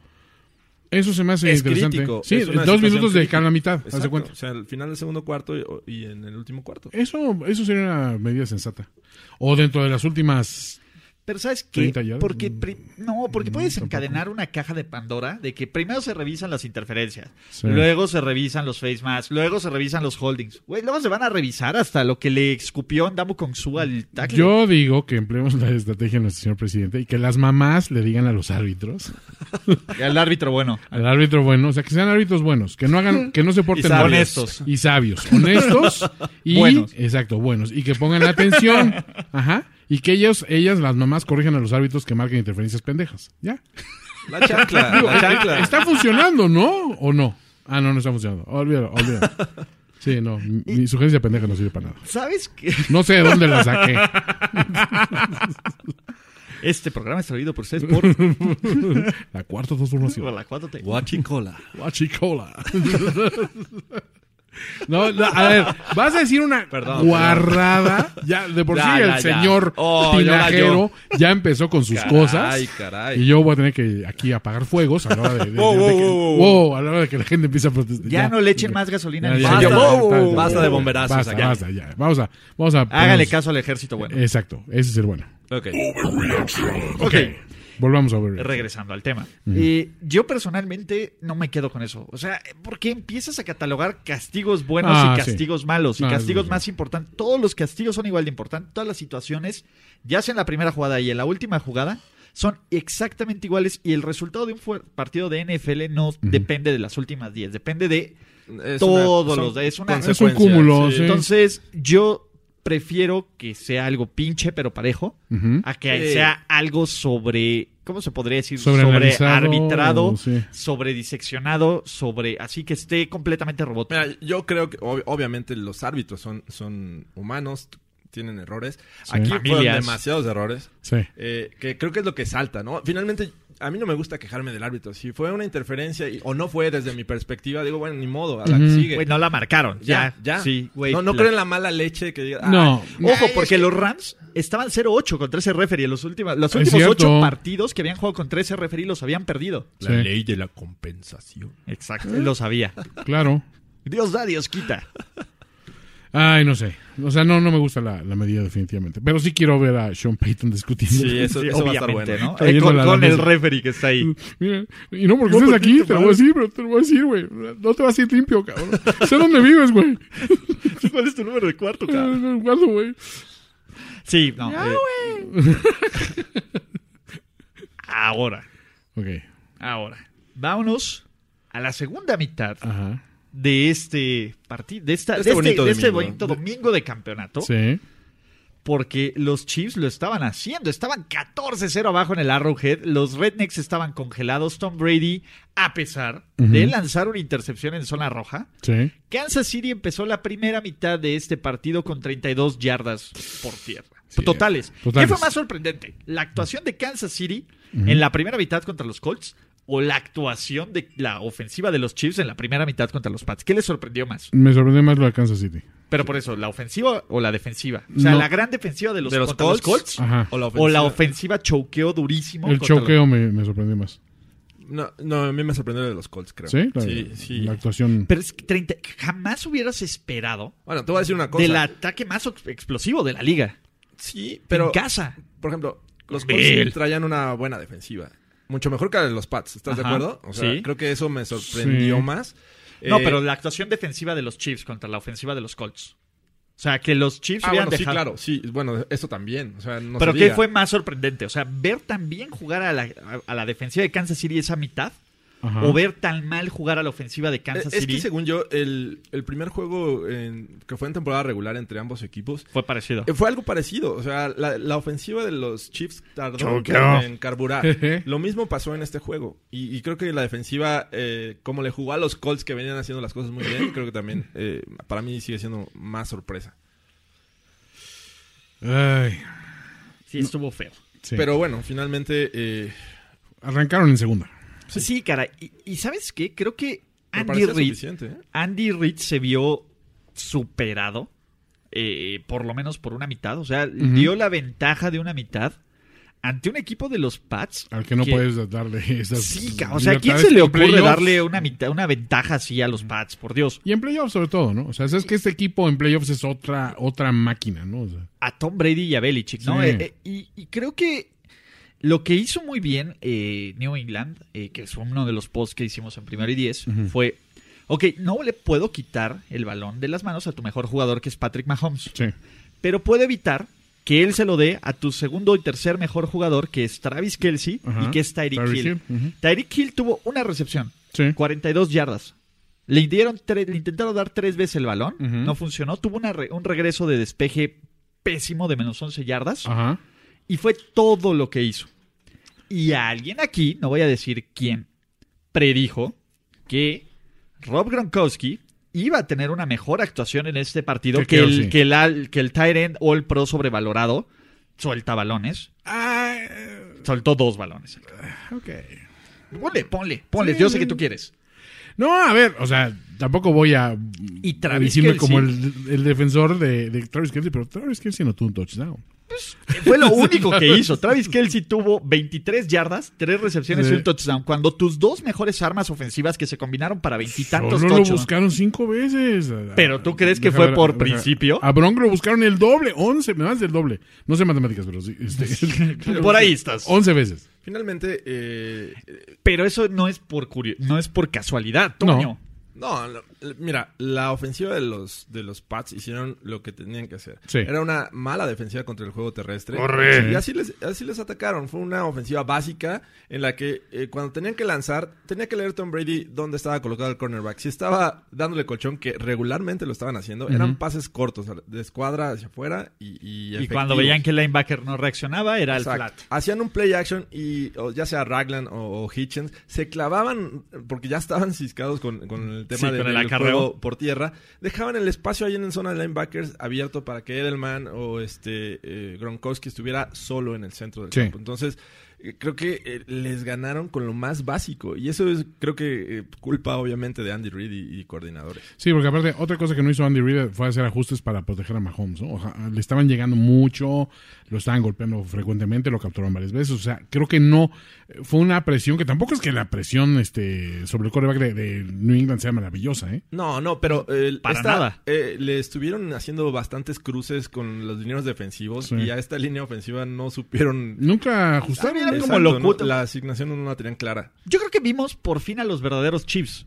Eso se me hace
Es
interesante.
crítico,
sí,
es una
dos
situación
minutos de
crítica.
cada mitad, haz de
Exacto.
cuenta.
O sea, al final del segundo cuarto y, y en el último cuarto.
Eso, eso sería una medida sensata. O dentro de las últimas.
Pero ¿sabes qué?
30 yardas.
Porque pri- no, porque
No,
puedes
tampoco.
encadenar una caja de Pandora de que primero se revisan las interferencias,
Sí.
luego se revisan los face masks, luego se revisan los holdings. Güey, luego se van a revisar hasta lo que le escupió Andamu Kongsu al tackle.
Yo digo que empleemos la estrategia de nuestro señor presidente y que las mamás le digan a los árbitros,
Y al árbitro bueno.
al árbitro bueno, o sea, que sean árbitros buenos, que no hagan, que no se porten mal.
sabios. Honestos.
Y sabios, honestos y
Buenos.
exacto, buenos y que pongan atención, ajá, y que ellos, ellas, las mamás corrijan a los árbitros que marquen interferencias pendejas, ya.
La chancla, la chancla.
Está funcionando, ¿no? ¿O no? Ah, no, no está funcionando. Olvídalo, olvídalo. Sí, no, mi- mi sugerencia pendeja no sirve para nada.
¿Sabes qué?
No sé de dónde la saqué.
Este programa es traído por ustedes por,
La cuarta transformación.
por la 4T.
Guachicola.
Guachicola. No, no, a ver, vas a decir una
Perdón,
guarrada. Ya, de por
Ya,
sí
ya,
el
ya.
señor
Oh, y ahora
tinajero ya empezó con sus
Caray,
cosas.
caray.
Y yo voy a tener que aquí apagar fuegos a la hora de, de- de-
Wow,
de que,
wow, wow, wow.
wow, a la hora de que la gente empiece a protestar.
Ya no le echen más gasolina al
ya,
incendio.
ya.
¡Wow!
Wow, wow, basta de bomberazos
Basta,
acá.
basta, ya. Vamos a, vamos Eh, a.
Hágale
ponernos-
caso al ejército bueno.
Exacto, ese es el bueno.
Ok.
Ok.
Volvamos a ver.
regresando al tema. Eh, yo personalmente no me quedo con eso. O sea, porque empiezas a catalogar castigos buenos
Ah,
y
sí.
castigos malos y
Ah,
castigos
sí, sí.
más importantes? Todos los castigos son igual de importantes. Todas las situaciones, ya sea en la primera jugada y en la última jugada, son exactamente iguales y el resultado de un fu- partido de NFL no depende de las últimas 10, depende de...
Es
Todos
son
los- es una- Es un
consecuencias,
cúmulo, sí.
Entonces, yo prefiero que sea algo pinche pero parejo
Ujú.
a que
Sí.
sea algo sobre, ¿cómo se podría decir? Sobre
Sobreanalizado,
arbitrado,
sí.
sobre diseccionado, sobre, así que esté completamente robótico.
Mira, yo creo que ob- obviamente los árbitros son, son humanos, t- tienen errores. Aquí fueron
Familias.
demasiados errores,
Sí.
eh, que creo que es lo que salta, ¿no? Finalmente, a mí no me gusta quejarme del árbitro. Si fue una interferencia y- o no fue desde mi perspectiva, digo, bueno, ni modo, a la que
Ujú.
sigue.
Güey, no la marcaron.
eh, ya,
Ya,
ya.
Sí, güey.
no no
la-
creo en la mala leche que diga.
No.
Ojo, porque los Rams estaban 0-8 con 13 referee. Los, últimos los
Es
últimos
cierto.
8 partidos que habían jugado con 13 referee los habían perdido.
La
Sí.
ley de la compensación.
Exacto. Lo sabía.
oh, Claro.
Dios da, Dios quita.
Ay, no sé. O sea, no, no me gusta la, la medida definitivamente. Pero sí quiero ver a Sean Payton discutiendo.
Sí, eso,
Sí,
eso va a estar
obviamente,
bueno.
¿no? Eh, con
Cayéndola a la
con el
mesa.
referee que está ahí.
Mira, y no porque
No,
estés
porque
aquí,
te
te lo
vale.
voy a decir, pero te lo voy a decir, güey. No te vas a ir limpio, cabrón. sé dónde vives, güey.
¿Cuál es tu número de cuarto, cabrón?
Guardo, güey.
Sí, no. eh, ahora.
Ok.
Ahora, vámonos a la segunda mitad
Ajá.
de este partido, de, esta-
De
de
este
este, de este bonito,
bonito domingo.
domingo de campeonato,
Sí.
porque los Chiefs lo estaban haciendo, estaban 14-0 abajo en el Arrowhead, los Rednecks estaban congelados, Tom Brady, a pesar de lanzar una intercepción en zona roja,
Sí.
Kansas City empezó la primera mitad de este partido con 32 yardas por tierra. totales.
totales.
¿Qué fue más sorprendente? ¿La actuación de Kansas City en la primera mitad contra los Colts o la actuación de la ofensiva de los Chiefs en la primera mitad contra los Pats? ¿Qué les sorprendió más?
Me sorprendió más lo de Kansas City.
Pero por eso, ¿la ofensiva o la defensiva? O sea,
No.
la gran defensiva de los,
De los
contra los
Colts.
Colts.
Ajá.
O la
O la
ofensiva.
ofensiva choqueó durísimo.
El
contra los-
choqueo me, me sorprendió más.
No, no, a mí me sorprendió lo de los Colts, creo.
¿Sí? La,
sí, sí.
La actuación.
Pero es que 30 jamás hubieras esperado
Bueno, te voy a decir una cosa.
del ataque más ex- explosivo de la liga.
Sí, pero
en casa.
por ejemplo, los
Bill.
Colts sí traían una buena defensiva. Mucho mejor que la de los Pats, ¿estás de
Ajá,
acuerdo? O sea,
sí.
creo que eso me sorprendió
Sí.
más.
No,
Eh,
pero la actuación defensiva de los Chiefs contra la ofensiva de los Colts. O sea, que los Chiefs
Ah,
hubieran
bueno, sí,
dejado-
claro. Sí, bueno, eso también. O sea, no
Pero
se
¿qué
diga.
fue más sorprendente? O sea, ver tan bien jugar a la, a- a la defensiva de Kansas City esa mitad
Ajá.
o ver tan mal jugar a la ofensiva de
Eh,
Kansas
Es
City
que según yo, el, el primer juego en- que fue en temporada regular entre ambos equipos
fue parecido.
eh, fue algo parecido. O sea, la, la ofensiva de los Chiefs tardó
Choqueó.
en carburar. Lo mismo pasó en este juego. Y, y creo que la defensiva, eh, como le jugó a los Colts que venían haciendo las cosas muy bien, creo que también eh, para mí sigue siendo más sorpresa.
Ay,
Sí, estuvo feo.
sí.
Pero bueno, finalmente. eh,
Arrancaron en segunda.
Sí, cara. Y, y ¿sabes qué? Creo que
me
Andy
parecía
Reid
suficiente, ¿eh?
Andy Reid se vio superado, eh, por lo menos por una mitad. O sea, dio la ventaja de una mitad ante un equipo de los Pats.
Al que no
que-
puedes darle esas.
Sí, ca- o sea, ¿a ¿quién
libertades
se le
en
ocurre
playoffs?
darle una, mitad, una ventaja así a los Pats? Por Dios.
Y en playoffs, sobre todo, ¿no? O sea, es que este equipo en playoffs es otra, otra máquina, ¿no? O sea,
A Tom Brady y a Belichick, ¿no?
Sí.
Eh, eh, y, y creo que lo que hizo muy bien eh, New England, eh, que es uno de los posts que hicimos en primero y diez, fue... Ok, no le puedo quitar el balón de las manos a tu mejor jugador que es Patrick Mahomes.
sí.
pero puede evitar que él se lo dé a tu segundo y tercer mejor jugador, que es Travis Kelsey
Ajá.
y que es Tyreek
Tyreek
Hill.
Hill, ujú.
Tyreek Hill tuvo una recepción,
Sí.
42 yardas. Le, dieron tre- le intentaron dar tres veces el balón,
Ujú.
no funcionó, tuvo una re- un regreso de despeje pésimo de menos 11 yardas
Ajá.
y fue todo lo que hizo. Y alguien aquí, no voy a decir quién, predijo que Rob Gronkowski iba a tener una mejor actuación en este partido
Que
que el,
Kelsey.
que, el, al- que el tight end o el pro sobrevalorado suelta balones. Soltó dos balones.
Ok.
Ponle, ponle, ponle. Yo sé que tú quieres.
No, a ver, o sea, tampoco voy a,
Y
a
Travis
decirme
Kelce.
como el, el defensor de, de Travis Kelsey, pero Travis Kelsey no tuvo un touchdown.
Pues, fue lo único que hizo. Travis Kelsey tuvo 23 yardas, 3 recepciones y un touchdown. Cuando tus dos mejores armas ofensivas que se combinaron para veintitantos
Solo lo
touchdowns.
buscaron cinco veces.
Pero tú crees que
Deja
fue
ver,
por
deja-
principio.
A Bronco lo buscaron el doble, 11, más del doble. No sé matemáticas, pero sí. este,
Por ahí estás.
11 veces.
Finalmente, eh, eh,
Pero eso no es por curio- no es por casualidad, Toño.
no, la- la- mira, la ofensiva de los, de los Pats hicieron lo que tenían que hacer.
Sí.
Era una mala defensiva contra el juego terrestre.
Corre.
Y así les, así les atacaron. Fue una ofensiva básica en la que eh, cuando tenían que lanzar, tenía que leer Tom Brady dónde estaba colocado el cornerback. Si estaba dándole colchón, que regularmente lo estaban haciendo, eran pases cortos, de escuadra hacia afuera y Y,
Y cuando
efectivos.
veían que el linebacker no reaccionaba, era el
Exacto.
flat.
Hacían un play action y o ya sea Ragland o, o Hitchens se clavaban porque ya estaban ciscados con, con el tema
Sí,
de-
con el
del
acarreo.
juego por tierra. Dejaban el espacio ahí en zona de linebackers abierto para que Edelman o este eh, Gronkowski estuviera solo en el centro del
Sí.
campo. Entonces eh, creo que eh, les ganaron con lo más básico y eso es creo que eh, culpa obviamente de Andy Reid y, y coordinadores.
Sí, porque aparte, otra cosa que no hizo Andy Reid fue hacer ajustes para proteger a Mahomes, ¿no? O sea, le estaban llegando mucho, lo estaban golpeando frecuentemente, lo capturaron varias veces. O sea, creo que no eh, fue una presión que tampoco es que la presión este, sobre el coreback de, de New England sea maravillosa, ¿eh?
No, no, pero eh,
Para
esta-
nada.
eh, le estuvieron haciendo bastantes cruces con los dineros defensivos
Sí.
y a esta línea ofensiva no supieron
Nunca ajustaron.
bien, Eran como
Exacto,
locutos.
¿no? La asignación no la tenían clara.
Yo creo que vimos por fin a los verdaderos Chiefs.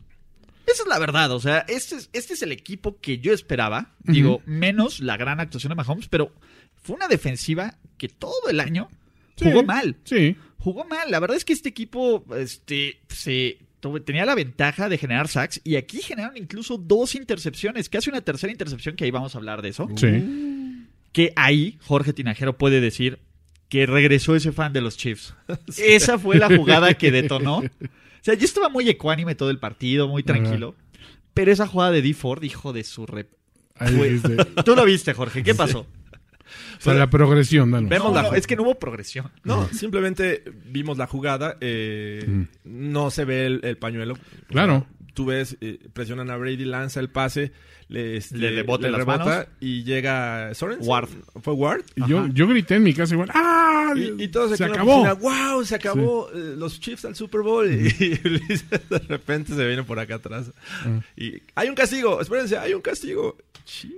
Esa es la verdad, o sea, este es, este es el equipo que yo esperaba. Digo, menos la gran actuación de Mahomes, pero fue una defensiva que todo el año jugó
Sí.
mal.
Sí.
Jugó mal. La verdad es que este equipo este, se tuvo- tenía la ventaja de generar sacks y aquí generaron incluso dos intercepciones, casi una tercera intercepción, que ahí vamos a hablar de eso.
Sí.
Que ahí Jorge Tinajero puede decir que regresó ese fan de los Chiefs. Esa fue la jugada que detonó. O sea, yo estaba muy ecuánime todo el partido, muy tranquilo. Pero esa jugada de D. Ford, hijo de su rep.
Ahí
Fue-
dijiste.
Tú lo viste, Jorge. ¿Qué pasó?
O sea, la progresión, Dano.
Vemos
No,
la
no,
ju-
es que no hubo progresión.
No, simplemente vimos la jugada. eh,
Mm.
No se ve el, el pañuelo.
Claro.
Tú ves, eh, presionan a Brady, lanza el pase, le, este,
Le rebota en las
rebota
manos.
y llega Sorensen.
Ward.
Fue Ward.
Yo, yo grité en mi casa igual. ¡Ah!
Y, y todos
se
aquí en la
acabó.
oficina, ¡Wow! Se acabó eh, los Chiefs al Super Bowl. Y Ulises de repente se viene por acá atrás.
Ah.
Y hay un castigo, espérense, hay un castigo. Chin.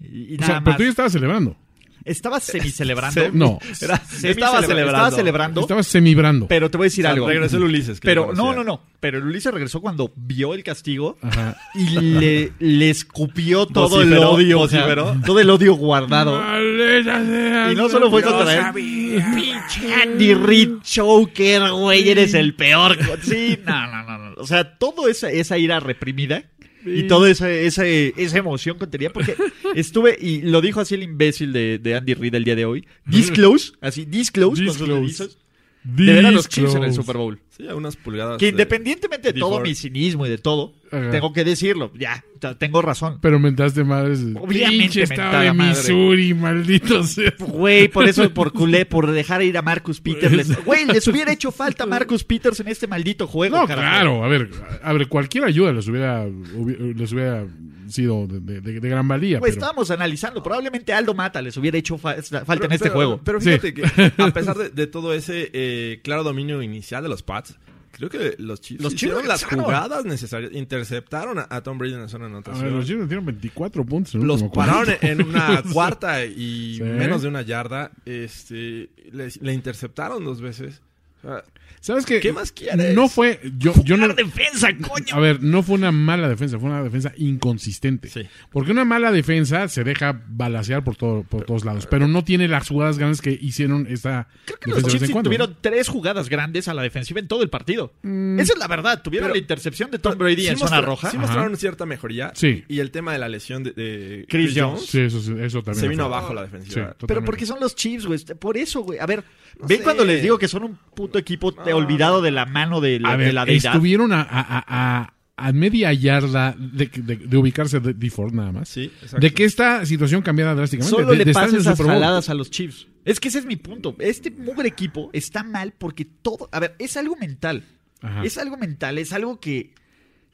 Y, y
O
nada
sea, pero tú ya
más. Eh,
estabas celebrando.
Estaba semicelebrando.
Se-
No.
Era-
Estaba celebrando. Estaba celebrando.
Estabas semibrando.
Pero te voy a decir
O sea,
algo.
regresó el Ulises, que
Pero
lo
no,
conocía.
no, no. Pero el Ulises regresó cuando vio el castigo
Ajá.
y le, le escupió todo el
Vociferó,
odio. o sea,
vociferó. Ah,
todo el odio guardado.
Maldita sea,
Y no solo fue contra él. Pinche Andy Reid Choker, güey, eres el peor. Sí, no, no, no. no. O sea, toda esa, esa ira reprimida y toda esa, esa, esa emoción que tenía, porque estuve, y lo dijo así el imbécil de, de Andy Reid el día de hoy, disclose, así, disclose, con sus
Disclose.
dedizos, de ver a los Chiefs en el
Disclose.
Super Bowl.
Sí, a unas pulgadas. eh.
Que
de-
independientemente de todo
Before.
mi cinismo y de todo,
Ajá.
tengo que decirlo, ya, t- tengo razón.
Pero mentaste madres.
Obviamente
Pinche estado de
mentada madre.
Missouri, maldito sea.
Güey, por eso, por culé, por dejar ir a Marcus Peters. Les- Güey, les hubiera hecho falta Marcus Peters en este maldito juego.
No,
carajo.
claro, a ver, a ver, cualquier ayuda les hubiera, hubi- les hubiera sido de, de- de- de gran valía.
Güey, Pues,
pero-
estábamos analizando. Probablemente Aldo Mata les hubiera hecho fa- falta en
Pero-
este
pero-
juego.
Pero fíjate que, a pesar de, de todo ese eh, claro dominio inicial de los Pats, creo que los Chiefs
Los
hicieron
Chiefs
las
regresaron.
jugadas necesarias. Interceptaron a, a Tom Brady en la zona de
a ver,
anotación.
los Chiefs metieron 24 puntos. en el
los
último
pararon
cuarto.
en una cuarta y
Sí.
menos de una yarda. Este, les- le interceptaron dos veces. O sea,
¿Sabes qué?
¿Qué más quieres?
No fue, yo, yo no,
¡Jugar defensa, coño!
a ver, no fue una mala defensa, fue una defensa inconsistente.
Sí.
Porque una mala defensa se deja balasear por, todo, por todos lados, pero no tiene las jugadas grandes que hicieron esta
Creo que los
defensa de vez en
Chiefs
cuando, ¿no?
tuvieron tres jugadas grandes a la defensiva en todo el partido. Esa es la verdad. Tuvieron
Pero-
la intercepción de Tom Brady
sí
en zona
mostra-
roja.
Sí mostraron cierta mejoría.
Sí.
Y el tema de la lesión de, de
Chris Jones.
Sí, eso, sí, eso también.
Se vino
afecta.
abajo la defensiva.
Sí,
Pero
totalmente.
porque son los Chiefs, güey. Por eso, güey. A ver, ven
sé.
cuando les digo que son un puto equipo te- olvidado de la mano de la,
A
de
ver,
la deidad.
estuvieron a, a- a- a- a media yarda de, de- de ubicarse de, de Ford nada más.
Sí, exacto.
De que esta situación cambiara drásticamente.
Solo
de,
le
de estar en
pasan
el
esas
Super Bowl.
jaladas a los Chiefs. Es que ese es mi punto. Este mugre equipo está mal porque todo. A ver, es algo mental.
Ajá.
Es algo mental, es algo que.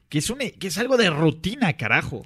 Que es, un, que es algo de rutina, carajo.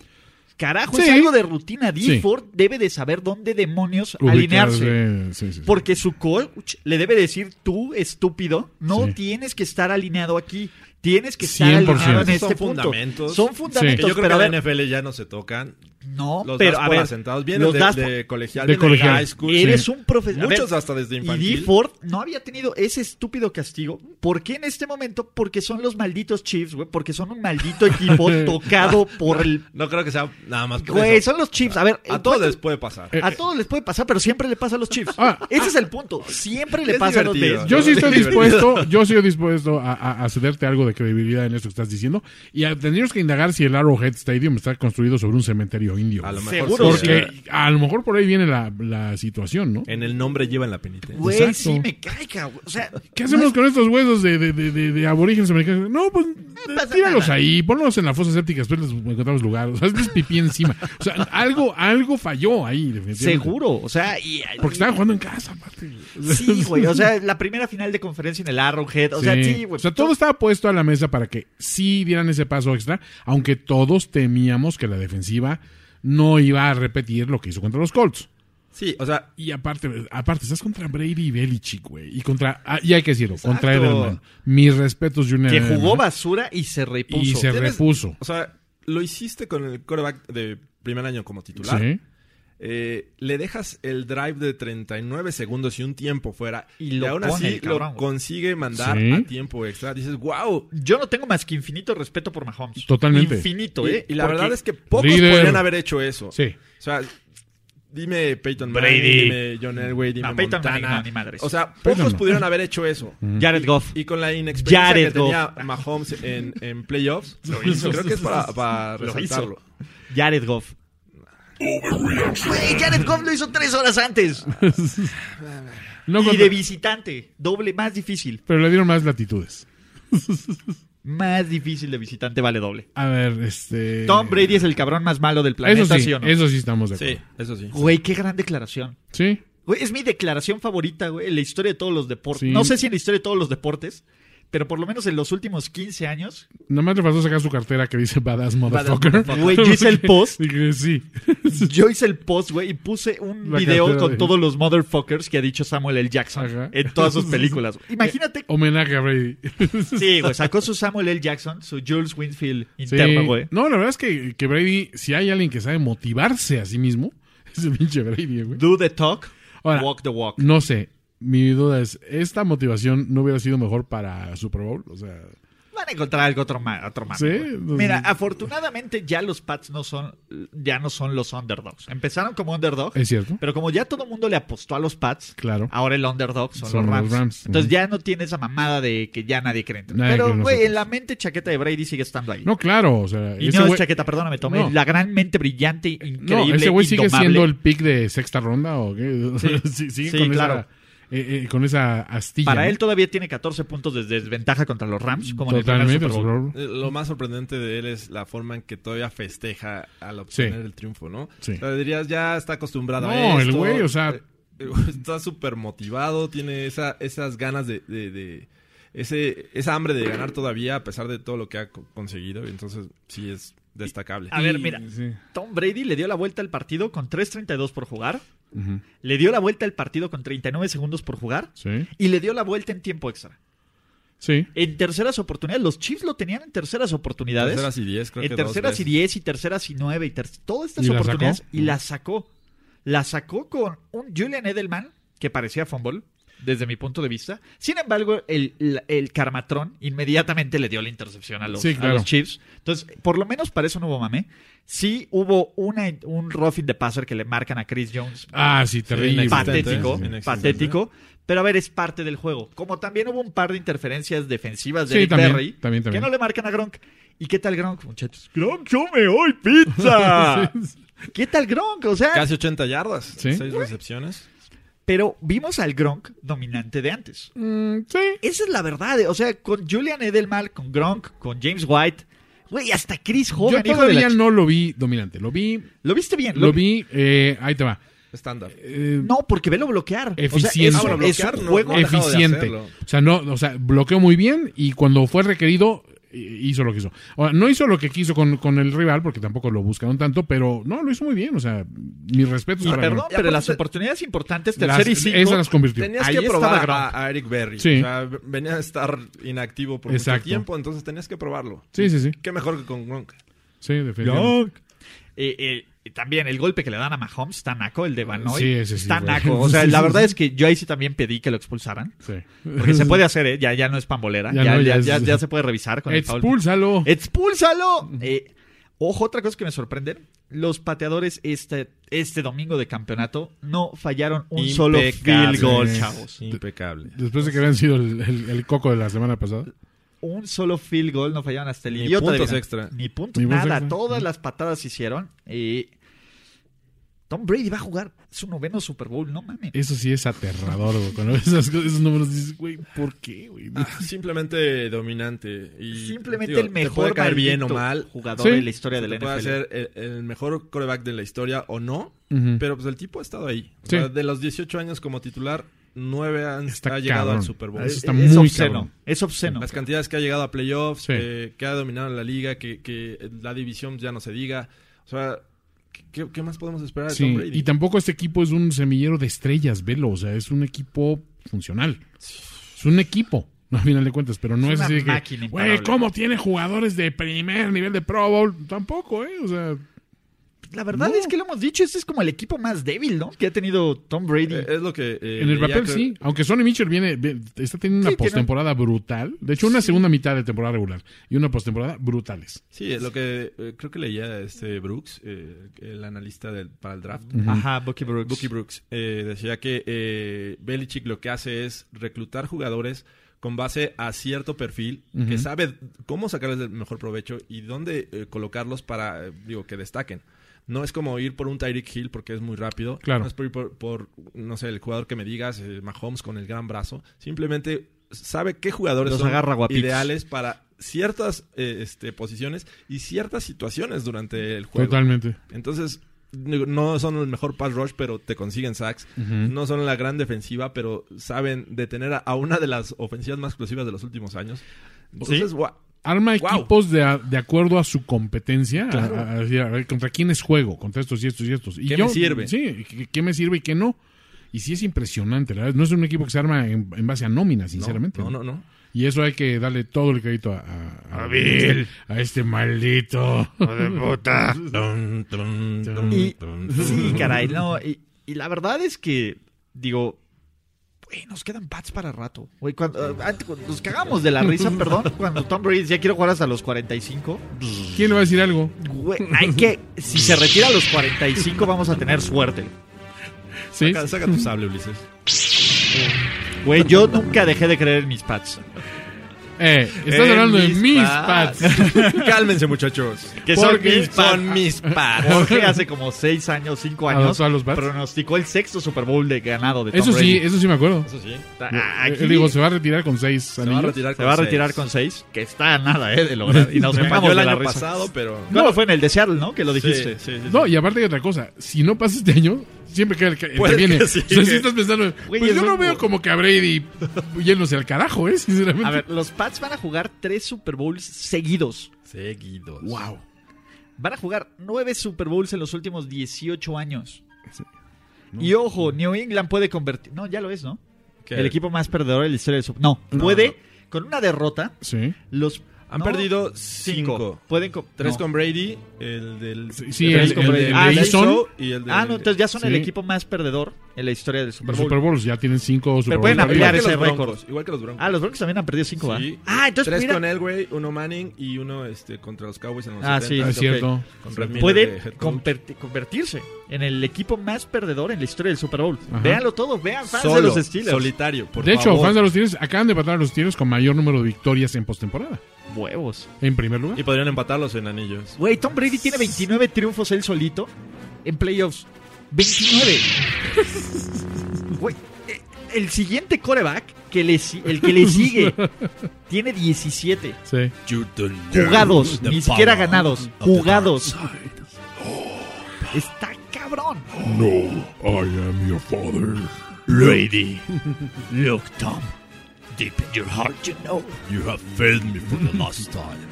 Carajo,
Sí.
es algo de rutina.
Sí.
Diford debe de saber dónde demonios
Ubicarse,
alinearse.
sí, sí, sí.
Porque su coach le debe decir, tú, estúpido, no
Sí.
tienes que estar alineado aquí. Tienes que estar
100%.
alineado en
Esos
este
son
punto.
fundamentos.
Son
Que
fundamentos,
yo creo
pero
que
a
en
ver,
la NFL ya no se tocan.
no,
Los
pero
das
a
por
ver,
asentados. Vienen
los
de,
das por-
de colegial,
De
vienen
colegial.
high school.
Eres un profesional.
Muchos hasta desde
Y
infantil.
Ford no había tenido ese estúpido castigo. ¿Por qué en este momento? Porque son los malditos Chiefs, güey. Porque son un maldito equipo tocado por el.
No creo que sea nada más por
Güey,
eso.
son los Chiefs. A ver,
A
¿cuánto-
todos les puede pasar.
Eh,
a todos les puede pasar, pero siempre le pasa a los Chiefs.
Ah.
Ese es el punto. Siempre le
Es
pasa a los
divertido.
Bills.
Yo sí
Es
estoy
divertido.
dispuesto, yo sí estoy dispuesto a, a- a cederte algo de credibilidad en esto que estás diciendo. Y a- tendríamos que indagar si el Arrowhead Stadium está construido sobre un cementerio indio.
A lo mejor
Seguro.
sí.
Porque a lo mejor por ahí viene la, la situación,
Eh,
¿no?
En el nombre llevan la penitencia.
Güey,
Exacto.
sí me caiga, güey. O sea,
¿Qué hacemos con estos huesos de, de, de, de- de aborígenes americanos? No, pues
pasa
tíralos
nada.
ahí, ponlos en la fosa séptica, después les encontramos lugar. O sea, hazles pipí encima. O sea, algo, algo falló ahí, definitivamente.
seguro. O sea, y.
Porque estaban jugando en casa, aparte.
Sí, güey. O sea, la primera final de conferencia en el Arrowhead. O sea, sí, güey.
O sea, todo estaba puesto a la mesa para que sí dieran ese paso extra, aunque todos temíamos que la defensiva no iba a repetir lo que hizo contra los Colts.
Sí, o sea,
Y aparte, aparte estás contra Brady y Belichick, güey. Y contra, ah, y hay que decirlo, contra Edelman. Mis respetos, Junior.
Que jugó
Edelman.
basura y se repuso.
Y se
Tienes-
repuso.
o sea, lo hiciste con el quarterback de primer año como titular.
Sí.
Eh, le dejas el drive de 39 segundos y un tiempo fuera.
Y
Y,
lo
aún
pone
así
el cabrón,
lo
güey.
consigue mandar
Sí.
a tiempo extra. Dices, wow.
Yo no tengo más que infinito respeto por Mahomes.
Totalmente.
Infinito, ¿eh?
Y, y la
Porque-
verdad es que pocos
Reader.
podrían haber hecho eso.
Sí.
O sea, dime Peyton
Brady.
Manning, dime John Elway, dime
No, Peyton
Montana.
Manning no, ni madres.
O sea,
Peyton
pocos
no.
pudieron haber hecho eso.
Jared Goff.
Y con la inexperiencia
Jared
que tenía Mahomes en, en playoffs, creo que es para, para
Lo hizo.
resaltarlo.
Jared Goff. Güey, Jared Goff lo hizo tres horas antes.
No
y
contra-
de visitante. Doble más difícil.
pero le dieron más latitudes.
Más difícil de visitante vale doble.
A ver, este.
Tom Brady es el cabrón más malo del planeta,
Eso sí,
¿sí o no?
eso sí estamos de
Sí,
acuerdo.
eso sí.
Güey, qué gran declaración.
Sí.
Güey, es mi declaración favorita, güey, en la historia de todos los deportes.
Sí.
No sé si en la historia de todos los deportes, pero por lo menos en los últimos 15 años,
Nomás le faltó sacar su cartera que dice Badass Motherfucker.
Güey, yo hice el post.
Dije, sí.
yo hice el post, güey, y puse un
La
video
cartera
con
de-
todos los motherfuckers que ha dicho Samuel L. Jackson
Ajá.
en todas sus películas. güey. Imagínate
Homenaje a Brady.
Sí, güey, sacó su Samuel L. Jackson, su Jules Winfield
Sí.
interno, güey.
No, la verdad es que, que Brady, si hay alguien que sabe motivarse a sí mismo, es el pinche Brady, güey.
Do the talk,
Ahora,
walk the walk.
No sé, mi duda es, ¿esta motivación no hubiera sido mejor para Super Bowl? O sea,
Van a encontrar algo otro más, otro más.
sí.
Mira, afortunadamente ya los Pats no son, ya no son los underdogs. Empezaron como underdog,
es cierto.
pero como ya todo el mundo le apostó a los Pats,
Eh. Claro.
ahora el underdog son,
Son
los
los
Rams.
Rams,
Entonces
ujú.
ya no tiene esa mamada de que ya nadie cree en ti.
Nadie cree
Pero,
en
güey,
nosotros.
en la mente chaqueta de Brady sigue estando ahí.
No, claro, o sea,
y
ese
no es
güey-
chaqueta, perdóname, tomé
No. Eh,
la gran mente brillante, increíble,
no, ese güey sigue
indomable.
siendo el pick de sexta ronda o qué? Sí, sigue
sí,
con
claro.
esa eh, eh, con esa astilla.
Para
¿no?
él todavía tiene 14 puntos de desventaja contra los Rams. Como En el
totalmente
primer Super
Super
Bowl.
Bowl.
Eh, Lo más sorprendente de él es la forma en que todavía festeja al obtener
Sí.
el triunfo, ¿no?
Sí.
O sea, dirías, ya está acostumbrado a
No, el
esto.
güey, o sea-
Eh, eh, Está súper motivado, tiene esa, esas ganas de... de- de- ese, esa hambre de ganar todavía a pesar de todo lo que ha co- conseguido. Entonces, sí es destacable.
A ver, mira.
pues, Sí.
Tom Brady le dio la vuelta al partido con 3.32 por jugar.
Ujú.
Le dio la vuelta al partido con 39 segundos por jugar.
Sí.
Y le dio la vuelta en tiempo extra.
Sí.
En terceras oportunidades. Los Chiefs lo tenían en terceras oportunidades.
Terceras y diez, creo
en
que dos
terceras y
veces.
10 y terceras y 9 y ter- todas estas
¿Y la
oportunidades.
sacó?
Y la sacó. La sacó con un Julian Edelman que parecía fumble. Desde mi punto de vista. Sin embargo, el, la- el Carmatrón inmediatamente le dio la intercepción a los,
Sí,
a
claro.
los Chiefs. Entonces, por lo menos para eso no hubo mame. Sí hubo una, un roughing de passer que le marcan a Chris Jones.
Ah, sí, terrible.
inexistente.
patético,
sí, sí, sí.
patético. Pero a ver, es parte del juego. Como también hubo un par de interferencias defensivas de
Sí,
Eric
también,
Berry
también,
que
también.
no le marcan a Gronk. ¿Y qué tal Gronk, muchachos? Gronk, come hoy pizza. ¿Qué tal Gronk? O sea,
Casi 80 yardas,
Sí.
6 recepciones.
pero vimos al Gronk dominante de antes.
Mm, sí.
Esa es la verdad. eh. O sea, con Julian Edelman, con Gronk, con James White. Güey, hasta Chris Hogan,
Yo
hijo de la
todavía
ch-
no lo vi dominante. Lo vi,
¿Lo viste bien?
lo vi, eh, ahí te va.
Estándar.
Eh,
No, porque velo bloquear. O sea, es-
Eficiente.
Ah, bueno,
es,
bloquear
un
no,
juego
no. dejado de
eficiente.
hacerlo.
O sea, no, o sea, bloqueó muy bien y cuando fue requerido eh, hizo lo que hizo. Ahora, no hizo lo que quiso con, con el rival, porque tampoco lo buscaron tanto, pero no, lo hizo muy bien. O sea, mis respetos
Y
para
perdón,
Guerrero.
pero las oportunidades importantes,
Las-
tercer y cinco.
esas las convirtió.
Tenías
Ahí
que
estaba
probar
Gronk.
a, a Eric Berry.
Sí.
O sea, v- venía a estar inactivo por
Exacto.
mucho tiempo, entonces tenías que probarlo.
Sí, sí, sí.
Qué mejor que con Gronk.
Sí, definitivamente.
Eh, eh, y también el golpe que le dan a Mahomes, tan naco, el de Van Noy.
Sí, ese sí,
Está
güey.
naco. O sea,
Sí,
la
sí,
verdad
sí.
es que yo ahí sí también pedí que lo expulsaran.
Sí.
Porque se puede hacer, ¿eh? Ya, ya no es pambolera.
Ya
Ya,
no,
ya,
ya es-
ya- ya se puede revisar con el Eh, foul.
Expúlsalo.
¡Expúlsalo! Eh, ojo, otra cosa que me sorprende. Los pateadores este, este domingo de campeonato no fallaron un solo
Impecable.
field goal, chavos.
Impecable.
Después de que habían sido el, el- el coco de la semana pasada.
Un solo field goal no fallaron hasta el
Ni
idiota de
puntos
Gran-
extra.
Ni puntos,
Ni puntos
nada.
extra.
Todas las patadas se hicieron. Eh, Tom Brady va a jugar su noveno Super Bowl, no mames.
Eso sí es aterrador, güey. Cuando ves esas cosas, esos números dices, güey, ¿por qué, güey?
Ah, simplemente dominante. Y,
Simplemente
digo,
el mejor
Te puede caer bien o
maldito
mal.
jugador
Sí.
de la historia de la
Te puede
NFL.
ser el, el mejor coreback de la historia o no.
Ujú.
Pero pues el tipo ha estado ahí. O
Mm. Sí.
sea, de los 18 años como titular, 9 han
Está
ha llegado
cabrón.
al Super Bowl.
Eso está
es
muy
obsceno.
cabrón.
Es obsceno.
Las cantidades que ha llegado a playoffs,
Sí.
eh, que ha dominado la liga, que, que la división ya no se diga. O sea, ¿qué, qué más podemos esperar de
Sí,
Ah, Tom Brady?
y tampoco este equipo es un semillero de estrellas, velo. O sea, es un equipo funcional. Es un equipo, al final de cuentas, pero no
Es
es,
una
así de
máquina
que,
imparable.
güey, ¿cómo tiene jugadores de primer nivel de Pro Bowl? Tampoco, ¿eh? O sea,
La verdad
No.
es que lo hemos dicho, este es como el equipo más débil, ¿no? Que ha tenido Tom Brady.
Eh, es lo que... eh,
en el
leía
papel
que-
sí. Aunque Sonny Mitchell viene, ve- está teniendo una
Sí, tiene-
postemporada brutal. De hecho, una segunda mitad de temporada regular y una postemporada brutales.
Sí, es lo que eh, creo que leía este Brooks, eh, el analista del- para el draft.
Ajá, Bucky Brooks.
Bucky Brooks eh, decía que eh, Belichick lo que hace es reclutar jugadores con base a cierto perfil que sabe cómo sacarles el mejor provecho y dónde eh, colocarlos para, eh, digo, que destaquen. No es como ir por un Tyreek Hill porque es muy rápido.
Claro.
No es por ir por, por, no sé, el jugador que me digas, eh, Mahomes con el gran brazo. Simplemente sabe qué jugadores
Los
son
agarra guapitos.
ideales para ciertas eh, este, posiciones y ciertas situaciones durante el juego.
Totalmente.
Entonces, digo, no son el mejor pass rush, pero te consiguen sacks. No son la gran defensiva, pero saben detener a, a una de las ofensivas más explosivas de los últimos años. Entonces, guau.
Arma
Wow.
equipos de, a- de acuerdo a su competencia. a- a- a decir, a ver, ¿Contra quiénes juego? Contra estos y estos y estos. Y
¿Qué
yo-
me sirve?
Sí, ¿qué, qué me sirve y qué no? Y sí es impresionante, la verdad. No es un equipo que se arma en, en base a nómina, sinceramente.
No, no, no.
Y eso hay que darle todo el crédito a, a, Bill, a este maldito.
Ah. Y- sí, caray, no. Y, y la verdad es que, digo, güey, nos quedan pads para rato. Güey, cuando, eh, antes, cuando nos cagamos de la risa, perdón, cuando Tom Brady decía quiero jugar hasta los 45.
¿Quién le va a decir algo?
Güey, hay que, si se retira a los 45 vamos a tener suerte.
Sí.
Saca, saca tu sable, Ulises.
Güey, yo nunca dejé de creer en mis pads.
Eh, estás
En
hablando de
mis
mis
pads.
pads.
Cálmense, muchachos.
Que son
Porque
mis pads.
Son mis pads.
Jorge hace como 6 años, 5 años,
Adoptó a los Pats.
pronosticó el sexto Super Bowl de ganado de Tom
Eso sí, eh,
Brady.
eso sí me acuerdo.
Eso sí.
Ah,
Él
aquí
dijo, se va a retirar con seis
Se va a
anillos.
retirar
se va a retirar
seis.
con 6, que está a nada eh, de lograr. Y nos
Se
quemamos
cayó el
de la
año
risa.
pasado, pero...
No, fue en el de Seattle, ¿no? Que lo dijiste.
Sí, sí, sí, sí.
No, y aparte hay otra cosa, si no pasa este año, siempre queda el que, el que
Puede que
viene.
sí,
o sea,
que-
si estás pensando,
Güey,
pues
es
yo no
un-
veo como que a Brady yéndose al carajo, ¿eh? Sinceramente.
A ver, los Pats van a jugar tres Super Bowls seguidos.
Seguidos.
Wow.
Van a jugar nueve Super Bowls en los últimos 18 años. Y ojo, New England puede convertir. No, ya lo es, ¿no?
¿Qué?
El equipo más perdedor de la historia del Super No, puede, con una derrota,
Sí.
los.
Han
no,
perdido cinco.
Pueden co-
Tres
no.
con Brady, el del...
Sí, sí,
tres
el-
con
el
Brady.
de-
Ah,
el de
Eason.
Show y el de...
Ah, no, entonces ya son el
Sí.
equipo más perdedor en la historia del Super
Los
Bowl.
Super Bowls ya tienen cinco Super
Pero pueden
Bowls
ampliar
arriba.
ese
los
récord.
Broncos, Igual que los Broncos.
Ah, los Broncos también han perdido cinco, ¿va?
Sí.
Ah, entonces
Tres
mira,
con Elway, uno Manning y uno este, contra los Cowboys en los
Ah,
70s,
sí.
Ah, es
ok,
cierto.
Con Red Miller de
puede
head coach.
converti- convertirse en el equipo más perdedor en la historia del Super Bowl.
Ajá.
Véanlo todo, vean fans
Solo,
de los Steelers.
solitario, por
De hecho,
favor.
fans de los Tigres acaban de empatar a los Tigres con mayor número de victorias en postemporada.
Huevos.
En primer lugar.
Y podrían empatarlos en anillos.
Güey, Tom Brady tiene 29 triunfos él solito en playoffs. 29. Güey, eh, el siguiente coreback, que le, si- el que le sigue, tiene 17.
Sí.
Jugados, ni siquiera ganados. Jugados. Está cabrón.
No, I am your father.
Brady. Look, Tom.
deep in your heart, you know, Oh, you have failed me for the last time.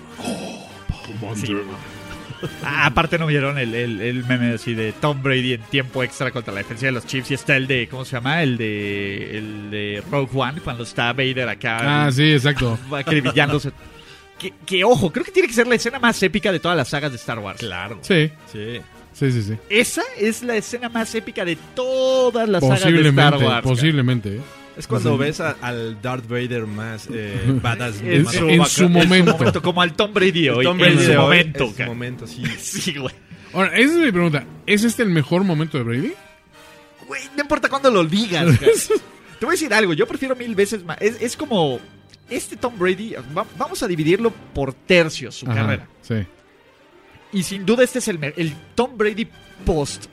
Ah, aparte no vieron el, el, el meme así de Tom Brady en tiempo extra contra la defensa de los Chiefs y está el de, ¿cómo se llama? El de, el de Rogue One cuando está Vader acá
Ah, sí, exacto.
acribillándose. que, que, ojo, creo que tiene que ser la escena más épica de todas las sagas de Star Wars. Claro.
Sí,
Sí.
sí, sí, sí.
Esa es la escena más épica de todas las sagas de Star
Posiblemente,
Wars.
posiblemente. ¿eh?
Es cuando ves a- al Darth Vader más eh, badass.
En
más-
su-
En su momento.
como al Tom Brady hoy.
Tom Brady
en su
de hoy,
momento,
en su
cara.
momento, sí.
Sí, güey.
Ahora, esa es mi pregunta. ¿Es este el mejor momento de Brady?
Güey, no importa cuándo lo digas. cara. Te voy a decir algo, yo prefiero mil veces más. Es, es como este Tom Brady, va- vamos a dividirlo por tercios su
Ajá,
carrera.
Sí.
Y sin duda este es el, me- el Tom Brady post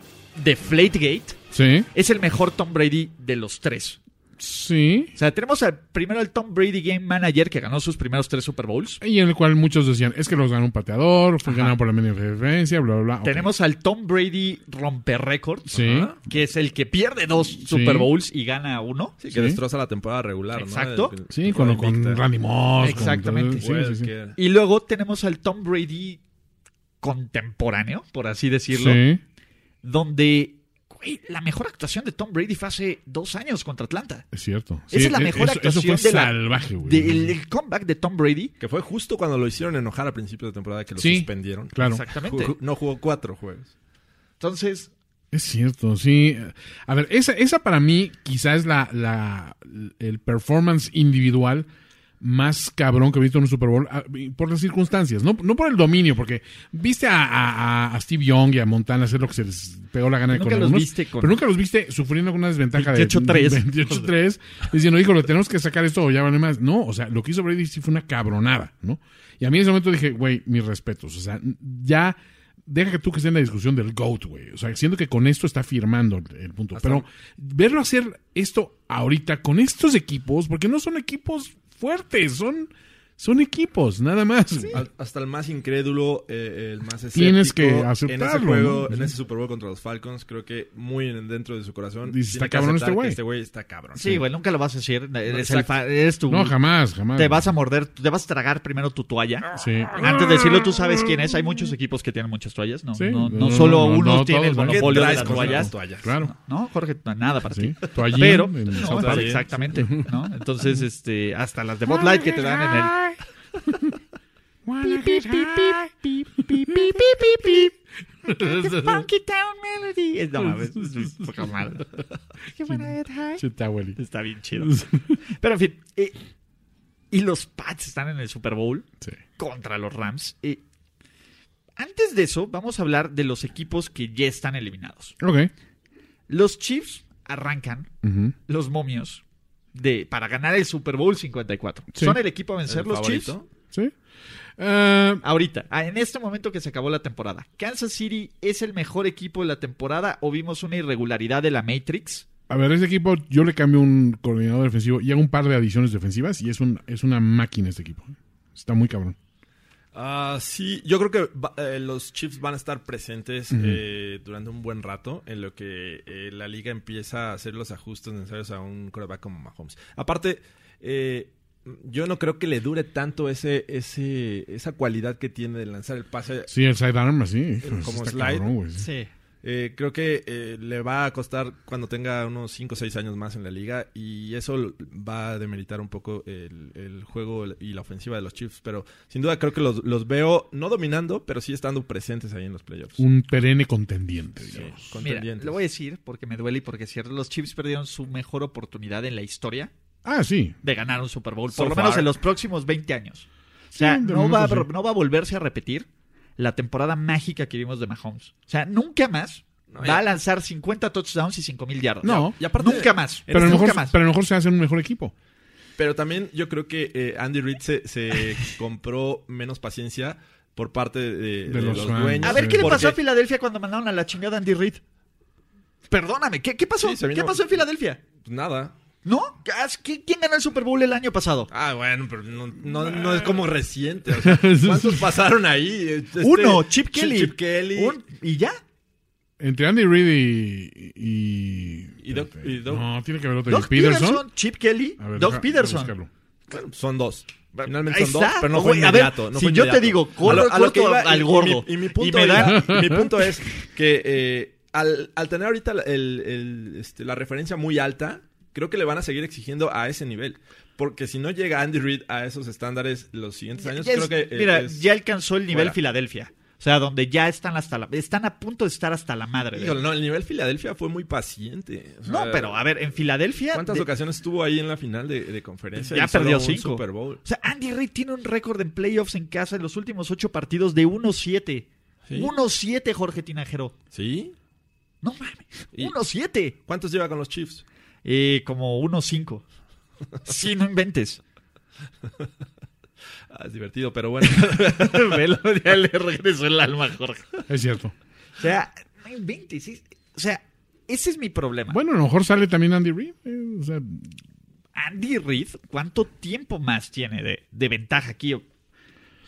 de Flategate.
Sí.
Es el mejor Tom Brady de los tres.
Sí.
O sea, tenemos al, primero al Tom Brady Game Manager que ganó sus primeros tres Super Bowls.
Y en el cual muchos decían, es que los ganó un pateador, fue
Ajá.
ganado por la media referencia, bla, bla, bla. Ok.
Tenemos al Tom Brady romper récord,
Sí.
que es el que pierde dos Super Bowls y gana uno.
Sí, que
Sí.
destroza la temporada regular, ¿no?
Exacto.
El- el-
Sí, con, con
invicta.
Randy Moss. con-
Exactamente.
sí, sí, sí.
Welker.
Y luego tenemos al Tom Brady contemporáneo, por así decirlo,
Sí.
donde güey, la mejor actuación de Tom Brady fue hace dos años contra Atlanta.
Es cierto.
Esa
Sí,
es la
e-
mejor
eso-
actuación
Eso fue
de la-
salvaje, güey.
Del el comeback de Tom Brady.
Que fue justo cuando lo hicieron enojar a principio de temporada que lo
Sí.
suspendieron.
Claro.
Exactamente.
Ju- No jugó cuatro juegos.
Entonces,
Es cierto, sí. A ver, esa, esa para mí quizás es la, la- el performance individual más cabrón que he visto en un Super Bowl ah, y por las circunstancias, no, no por el dominio, porque viste a, a- a- a Steve Young y a Montana hacer lo que se les pegó la gana
Nunca
con
los
algunos,
viste con-
pero nunca los viste sufriendo con una desventaja de
28-3.
28-3, diciendo, híjole, tenemos que sacar esto o ya vale más. No, o sea, lo que hizo Brady sí fue una cabronada, ¿no? Y a mí en ese momento dije, güey, mis respetos, o sea, ya deja que tú que esté en la discusión del GOAT, güey. O sea, siento que con esto está firmando el, el punto. Pero verlo hacer esto ahorita con estos equipos, porque no son equipos fuertes, son, son equipos, nada más.
Al- hasta el más incrédulo, eh, el más escéptico.
Tienes que
En ese
aceptarlo,
juego,
¿no?
en ese Super Bowl contra los Falcons, creo que muy en- dentro de su corazón.
Dices, está
tiene que
cabrón este
aceptar que
güey.
Este güey está cabrón.
sí, güey, nunca lo vas a decir. Eres, el
exacto.
fa- eres tu...
No, jamás, jamás.
Te vas a morder, te vas a tragar primero tu toalla.
Sí.
Antes de decirlo, tú sabes quién es. Hay muchos equipos que tienen muchas toallas. No,
Sí.
no, no
No,
solo
no,
uno
no,
tiene el
todos, ¿no? ¿Qué
monopolio de
traes
las
con las
toallas.
toallas?
Claro.
No, Jorge, no, nada para
Sí.
ti.
Toallín
Pero,
en
no,
South
para-
Park.
exactamente, ¿no? Entonces, este, hasta las de Bud Light que te dan en el,
Wanna get high.
Funky Town Melody. Es- No mames, es- es poca madre.
Chita, güey.
Está bien chido. Pero en fin. eh, y los Pats están en el Super Bowl
Sí.
contra los Rams. Eh, antes de eso, vamos a hablar de los equipos que ya están eliminados.
Ok.
Los Chiefs arrancan
Ujú.
los momios de, para ganar el Super Bowl 54.
Sí.
¿Son el equipo a vencer
¿El
los
favorito?
Chiefs?
Sí. Ah,
Ahorita, ah, en este momento que se acabó la temporada, ¿Kansas City es el mejor equipo de la temporada o vimos una irregularidad de la Matrix?
A ver, ese equipo yo le cambio un coordinador defensivo y hago un par de adiciones defensivas y es, un, es una máquina este equipo. Está muy cabrón.
Ah, sí, yo creo que va- eh, los Chiefs van a estar presentes eh, durante un buen rato en lo que eh, la liga empieza a hacer los ajustes necesarios a un quarterback como Mahomes. Aparte, eh, yo no creo que le dure tanto ese, ese, esa cualidad que tiene de lanzar el pase.
Sí, el sidearm así. hijo,
Como
está
slide.
cabrón, güey.
Sí.
Eh, creo que eh, le va a costar cuando tenga unos 5 o 6 años más en la liga y eso l- va a demeritar un poco el, el juego y la ofensiva de los Chiefs, pero sin duda creo que los, los veo no dominando, pero sí estando presentes ahí en los playoffs.
Un perenne contendiente,
Sí,
digamos.
Mira,
contendientes.
lo voy a decir porque me duele y porque es cierto. Los Chiefs perdieron su mejor oportunidad en la historia
Ah, sí.
de ganar un Super Bowl,
So
por lo menos
far.
en los próximos 20 años. O sea,
Sí, de
no, va a,
momento sí.
no va a volverse a repetir la temporada mágica que vimos de Mahomes. O sea, nunca más va
ya-
a lanzar 50 touchdowns y 5000 yardas.
No.
Y aparte-
nunca más.
Pero a, lo
nunca
mejor,
más.
pero a lo mejor se hace un mejor equipo.
Pero también yo creo que eh, Andy Reid se, se compró menos paciencia por parte de, de
los
los,
fans.
dueños.
a ver, ¿qué le
porque-
pasó a Filadelfia cuando mandaron a la chingada a Andy Reid? Perdóname, ¿qué, qué pasó?
Sí, se vino-
¿Qué pasó en Filadelfia?
Nada.
¿No? ¿Qué- ¿Quién ganó el Super Bowl el año pasado?
Ah, bueno, pero no, no- no es como reciente. o sea, ¿Cuántos pasaron ahí? Este-
Uno, Chip Kelly.
Chip Kelly.
Un- ¿Y ya?
Entre Andy Reid y. y,
Y Doc- y Doc-
No, tiene que haber otro.
Doug
¿Y Peterson?
Peterson, Chip Kelly,
A ver,
Doug
deja-
Peterson.
buscarlo.
Bueno, Son dos. Finalmente
Ahí
son dos,
está.
pero no fue
Güey, a ver,
inmediato. no
si
fue
yo te
inmediato.
digo, corro, corto
que
al
y-
gordo,
Y, mi, y mi
y
punto,
me
es, mi punto es que eh, al, al tener ahorita el- el- este, la referencia muy alta, creo que le van a seguir exigiendo a ese nivel. Porque si no llega Andy Reid a esos estándares los siguientes años,
Ya
creo
es-
que. eh,
mira,
es-
ya alcanzó el nivel
fuera.
Filadelfia. O sea, donde ya están hasta la, están a punto de estar hasta la madre. de-
Híjole, no, el nivel Filadelfia fue muy paciente. O sea,
no, pero a ver, en Filadelfia.
¿Cuántas
de-
ocasiones estuvo ahí en la final de, de conferencia?
Ya
Y solo
perdió
un
cinco.
Super Bowl.
O sea, Andy Reid tiene un récord en playoffs en casa en los últimos ocho partidos de 1-7.
Sí.
1-7, Jorge Tinajero.
¿Sí?
No mames.
Y-
1-7.
¿Cuántos lleva con los Chiefs?
Eh, como 1-5. Sí, no inventes.
Ah, es divertido, pero bueno.
Velo, ya le regresó el alma a Jorge.
Es cierto.
O sea, no inventes. es- O sea, ese es mi problema.
Bueno, a lo mejor sale también Andy Reid. eh, o sea,
Andy Reid, ¿cuánto tiempo más tiene de, de ventaja aquí?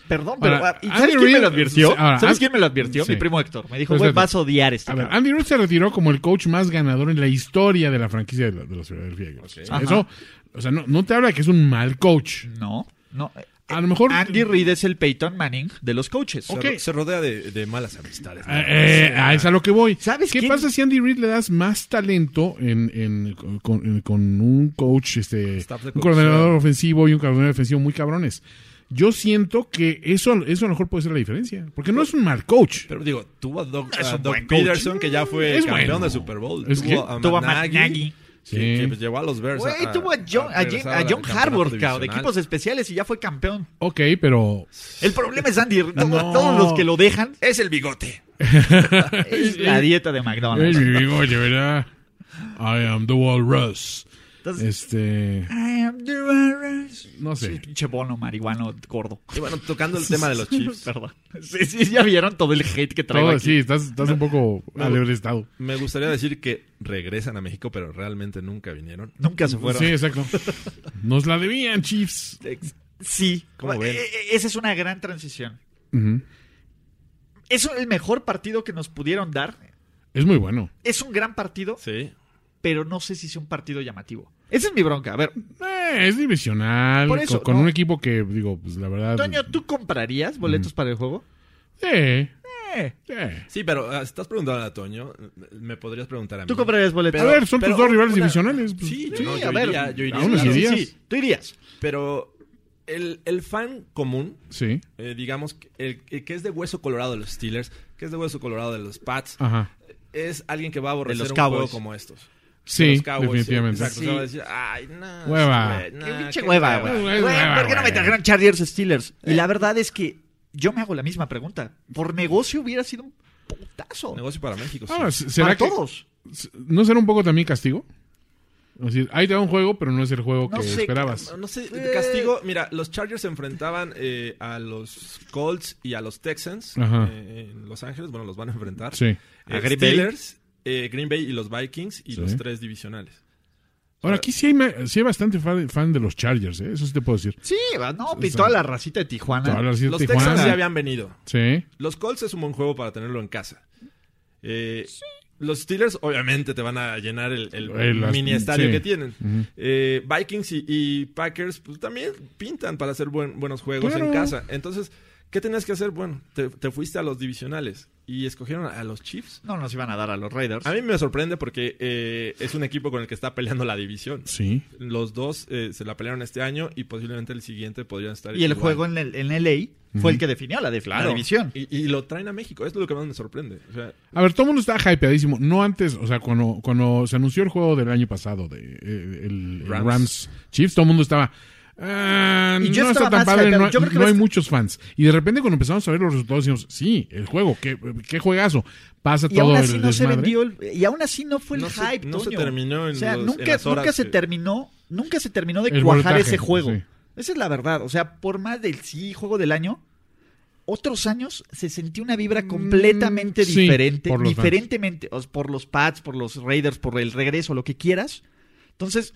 Perdón, pero
Ahora,
ah, ¿y
Andy
¿sabes quién me
Reid-
lo advirtió?
sí, ahora,
¿Sabes
An-
quién me lo advirtió?
sí.
Mi primo Héctor. Me dijo,
Pues,
güey,
espérate.
vas a odiar este
a ver,
cabrón".
Andy Reid se retiró como el coach más ganador en la historia de la franquicia de, la- de los Philadelphia Eagles. O sea,
Ajá.
Eso, o sea, no, no te habla de que es un mal coach.
No, no. eh,
A lo mejor.
Andy Reid es el Peyton Manning de los coaches.
Se
Ok.
ro- Se rodea de, de malas amistades. ¿no?
Eh, eh, ah, es a lo que voy.
¿Sabes
¿Qué
quién?
pasa si a Andy Reid le das más talento en, en- con, en- con un coach, este,
Staff de
un
coaching.
coordinador ofensivo y un coordinador defensivo muy cabrones? Yo siento que eso, eso a lo mejor puede ser la diferencia. Porque no es un mal coach.
Pero digo, tuvo a Doc,
Es
a
un
Doc
buen coach.
Peterson, que ya fue
Es
campeón
bueno.
de Super Bowl.
Es
tuvo
que-
a
Tuvo a
Matt
Matt Nagy.
que-
Sí.
que, pues, ah, llevó a los Bears.
Güey,
a-
tuvo a John,
a
a Jim-
regresar
a
al
John
campeonato
Harbour, cabrón, de
divisional.
equipos especiales y ya fue campeón.
Ok, pero
El problema es Andy Reid.
No.
Todos los que lo dejan
Es el bigote.
es la dieta de
Es
McDonald's.
mi bigote, ¿verdad? I am the walrus.
Entonces,
Este.
I am the virus.
No sé.
Pinche bono marihuano gordo.
Y bueno, tocando el tema de los Chiefs.
Perdón. Sí, sí, ya vieron todo el hate que traigo
Todo
aquí.
sí, estás, estás un poco alebre estado.
Me gustaría decir que regresan a México, pero realmente nunca vinieron.
Nunca se fueron.
Sí, exacto. Nos la debían, Chiefs.
Ex- Sí.
¿Cómo ven?
E- e- Esa es una gran transición.
Ujú.
Es el mejor partido que nos pudieron dar.
Es muy bueno.
Es un gran partido,
Sí.
pero no sé si es un partido llamativo. Esa es mi bronca. A ver,
Eh, es divisional.
Por eso,
con con
no.
un equipo que, digo, pues la verdad.
Toño, ¿tú comprarías boletos
Mm.
para el juego?
Eh,
Eh,
eh.
Sí, pero ah, estás preguntando a Toño. Me podrías preguntar a mí.
¿Tú comprarías boletos?
A ver, son
pero
tus dos rivales
una-
divisionales. pues,
Sí, yo,
Sí,
no, yo
a ver.
iría, yo iría,
Aún los
claro.
irías.
Sí, tú irías.
Pero el, el fan común,
Sí.
eh, digamos, que el, el que es de hueso colorado de los Steelers, que es de hueso colorado de los Pats,
Ajá.
es alguien que va a aborrecer
De los
un
Cowboys.
juego como estos. De
Sí,
los Cowboys,
definitivamente.
Exacto.
Sí.
O sea, va a decir, ay, no.
Hueva.
güey, no,
qué pinche
qué
hueva, güey.
Güey,
Güey,
hueva,
¿Por qué no me
güey.
trajeron Chargers Steelers? Y la verdad es que yo me hago la misma pregunta. Por negocio hubiera sido un putazo.
Negocio para México. pues, sí.
Ahora, Ah, ¿será
Para
que-
todos.
¿No será un poco también castigo? Es decir, ahí te da un juego, pero no es el juego
No
que
sé,
esperabas.
No sé, de castigo. Mira, los Chargers se enfrentaban eh, a los Colts y a los Texans
Ajá.
eh, en Los Ángeles. Bueno, los van a enfrentar.
Sí.
Eh,
A Green Bay.
Steelers, eh, Green Bay y los Vikings y
Sí.
los tres divisionales.
Ahora, aquí sí hay, ma- sí hay bastante fan, fan de los Chargers, ¿eh? eso sí te puedo decir.
Sí, va, no, y toda la racita de Tijuana.
Ahora sí es
Los
Tijuana.
Texans ya habían venido.
Sí.
Los Colts es un buen juego para tenerlo en casa. Eh, Los Steelers, obviamente, te van a llenar el, el
Eh,
El- las-
mini estadio
sí.
que tienen.
Ujú.
Eh, Vikings y, y Packers, pues también pintan para hacer buen- buenos juegos
Claro.
en casa. Entonces, ¿qué tenías que hacer? Bueno, te, te fuiste a los divisionales y escogieron a los Chiefs.
No nos iban a dar a los Raiders.
A mí me sorprende porque eh, es un equipo con el que está peleando la división.
Sí.
Los dos eh, se la pelearon este año y posiblemente el siguiente podrían estar.
Y el
igual.
juego en, el, en LA fue el que definió la, def- la
Claro.
división.
Y, y lo traen a México. Es lo que más me sorprende. O sea,
A ver, todo el mundo está hypeadísimo. No antes, o sea, cuando, cuando se anunció el juego del año pasado, de, eh, el, el
Rams.
Rams. Chiefs, todo el mundo estaba. "Ah,
Y yo
no
estaba
está tan
más
padre,
hypeado.
no,
Yo creo que
no
ves-
hay muchos fans. Y de repente, cuando empezamos a ver los resultados, decimos, sí, el juego, qué, qué juegazo. Pasa
Y
todo
aún
el
así no se
desmadre.
vendió. el- y aún así no fue el
No se-
hype.
no se
Toño.
terminó en
O sea,
los- en
nunca,
las horas
nunca se
que-
terminó. Nunca se terminó de
El
cuajar
voltaje,
ese juego.
sí.
Esa es la verdad. O sea, por más del sí juego del año, otros años se sentía una vibra completamente
Mm, sí,
diferente.
por los fans.
diferentemente o sea, por los Pats, por los Raiders, por el regreso, lo que quieras. Entonces,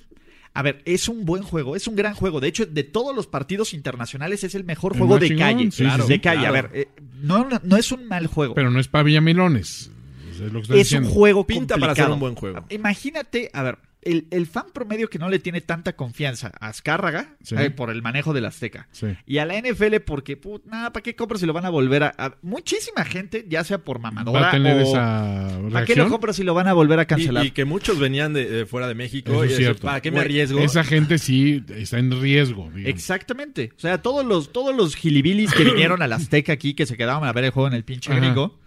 a ver, es un buen juego, es un gran juego. De hecho, de todos los partidos internacionales es el mejor
El
juego
más
de
chingón,
calle.
sí, sí, sí.
de calle. A
Claro.
ver, eh, no, no es un mal juego
Pero no es para Villamilones. Es lo que estoy
es
diciendo.
un juego
Pinta
complicado.
para ser un buen juego.
Imagínate, a ver, el, el fan promedio que no le tiene tanta confianza a Azcárraga
Sí.
eh, por el manejo del Azteca.
Sí.
Y a la NFL porque, put, nada, ¿para qué compras si lo van a volver a, a- Muchísima gente, ya sea por mamadora
Va a tener
o...
esa
¿Para qué lo
reacción.
compras si lo van a volver a cancelar?
Y, y que muchos venían de, de fuera de México.
Eso
y
es
decían,
cierto.
¿Para qué me
Güey,
arriesgo? Ah,
Esa gente sí está en riesgo. digamos.
Exactamente. O sea, todos los, todos los gilibilis que vinieron al Azteca aquí, que se quedaban a ver el juego en el pinche
Ajá.
gringo,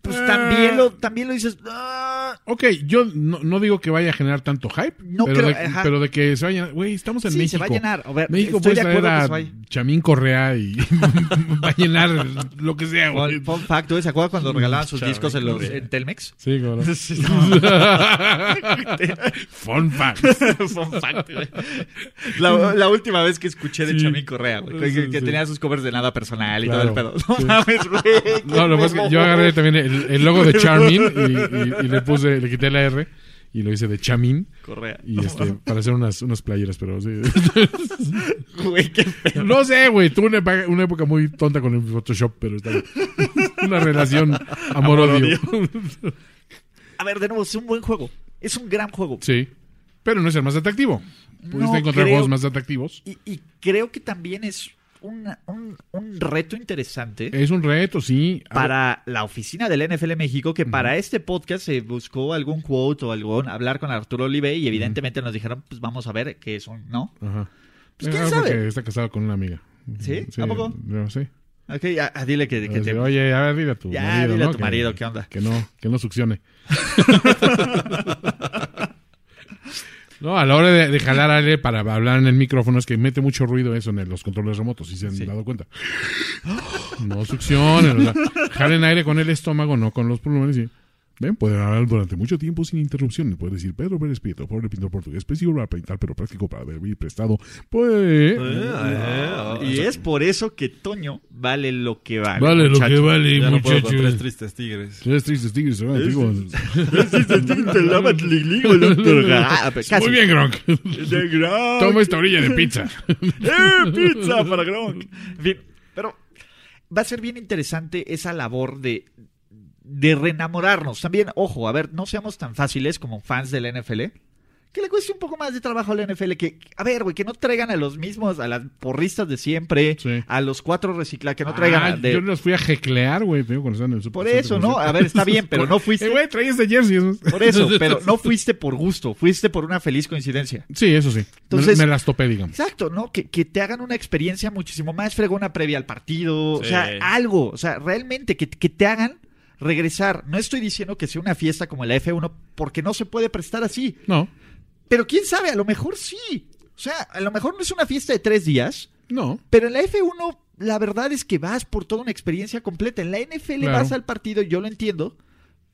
pues
Ah.
también lo, también lo dices. "Ah".
Ok, yo no, no digo que vaya a generar tanto hype,
No
pero,
creo,
de,
ajá.
pero de que se vayan, güey, estamos en
Sí, se
México.
va a llenar. A ver,
México
estoy
puede
de
traer
acuerdo que
a
se vaya.
Chamín Correa y va a llenar lo que sea, güey.
Fun, fun fact, ¿se acuerdan cuando regalaban sus
Mm, Chaval,
discos en, los,
corre.
en Telmex?
Sí, cabrón.
Sí, no,
Fun fact.
fun fact, güey. la, la última vez que escuché de
Sí.
Chamín Correa, güey, que, que
Sí, sí.
tenía sus covers de nada personal y todo
Claro.
el pedo. No mames, güey.
No, lo que pasa es que yo agarré también el, el logo de Charmin y, y- y le puse, le quité la R y lo hice de Chamin
Correa.
y este, para hacer unas, unas playeras, pero sí.
Güey, qué pedo.
No sé, güey, tuve una, epa- una época muy tonta con el Photoshop, pero está bien. Una relación amor-odio.
A ver, de nuevo, es un buen juego. Es un gran juego.
Sí. Pero no es el más atractivo. Pudiste
No
encontrar
creo-
juegos más atractivos.
Y, y creo que también es una- un, un reto interesante
Es un reto, sí. A
para la oficina del NFL México, que para este podcast se buscó algún quote o algún hablar con Arturo Olive y evidentemente nos dijeron, pues vamos a ver qué es un, ¿no?
ver, Ajá.
Pues,
Es
¿quién
Eh, algo
sabe?
que está casado con una amiga.
¿Sí? ¿A poco?
yo sí.
Ok, a- a dile que, que
Así,
te...
Oye, a ver, dile a tu
Ya,
marido.
dile a
¿no?
tu
que-
marido, ¿qué onda?
Que no, que no succione. No, a la hora de, de jalar aire para hablar en el micrófono es que mete mucho ruido eso en el- los controles remotos, si se han dado cuenta. No succionen, o sea, jalen aire con el estómago, no con los pulmones. y- Ven, pueden hablar durante mucho tiempo sin interrupción. Puede decir Pedro Pérez Prieto, pobre pintor portugués, específico para pintar, pero práctico para vivir prestado. Pues.
Eh.
ah,
Y es por eso que Toño vale lo que vale.
Vale lo que
muchacho.
vale,
Ya no puedo con tres
muchachos.
tristes tigres.
Tres tristes tigres, ¿verdad? Digo,
Te lava Este el ligo, el otro. Ah, pues, casi.
Muy bien, Gronk.
De gran-
Toma esta orilla de pizza.
¡Eh, pizza para Gronk! En fin, pero va a ser bien interesante esa labor de, de reenamorarnos. También, ojo, a ver, no seamos tan fáciles como fans de la NFL. Que le cueste un poco más de trabajo a la NFL. Que, a ver, güey, que no traigan a los mismos, a las porristas de siempre,
Sí.
a los cuatro reciclados, que no traigan
Ah,
a- de-
Yo los fui a jeclear, güey. te digo, cuando estaban en el Super
Por eso, ¿no? A ver, está bien, pero no
Eh,
fuiste.
güey, traías de jersey. esos.
Por eso, pero no fuiste por gusto, fuiste por una feliz coincidencia.
Sí, eso sí.
Entonces-
me, me las topé, digamos.
Exacto, ¿no? Que, que te hagan una experiencia muchísimo más fregona previa al partido. O
Sí.
sea, algo. O sea, realmente que, que te hagan regresar. No estoy diciendo que sea una fiesta como la F1, porque no se puede prestar así.
No,
Pero quién sabe, a lo mejor sí. O sea, a lo mejor no es una fiesta de tres días,
no.
pero en la F1 la verdad es que vas por toda una experiencia completa. En la NFL
Claro.
vas al partido, yo lo entiendo.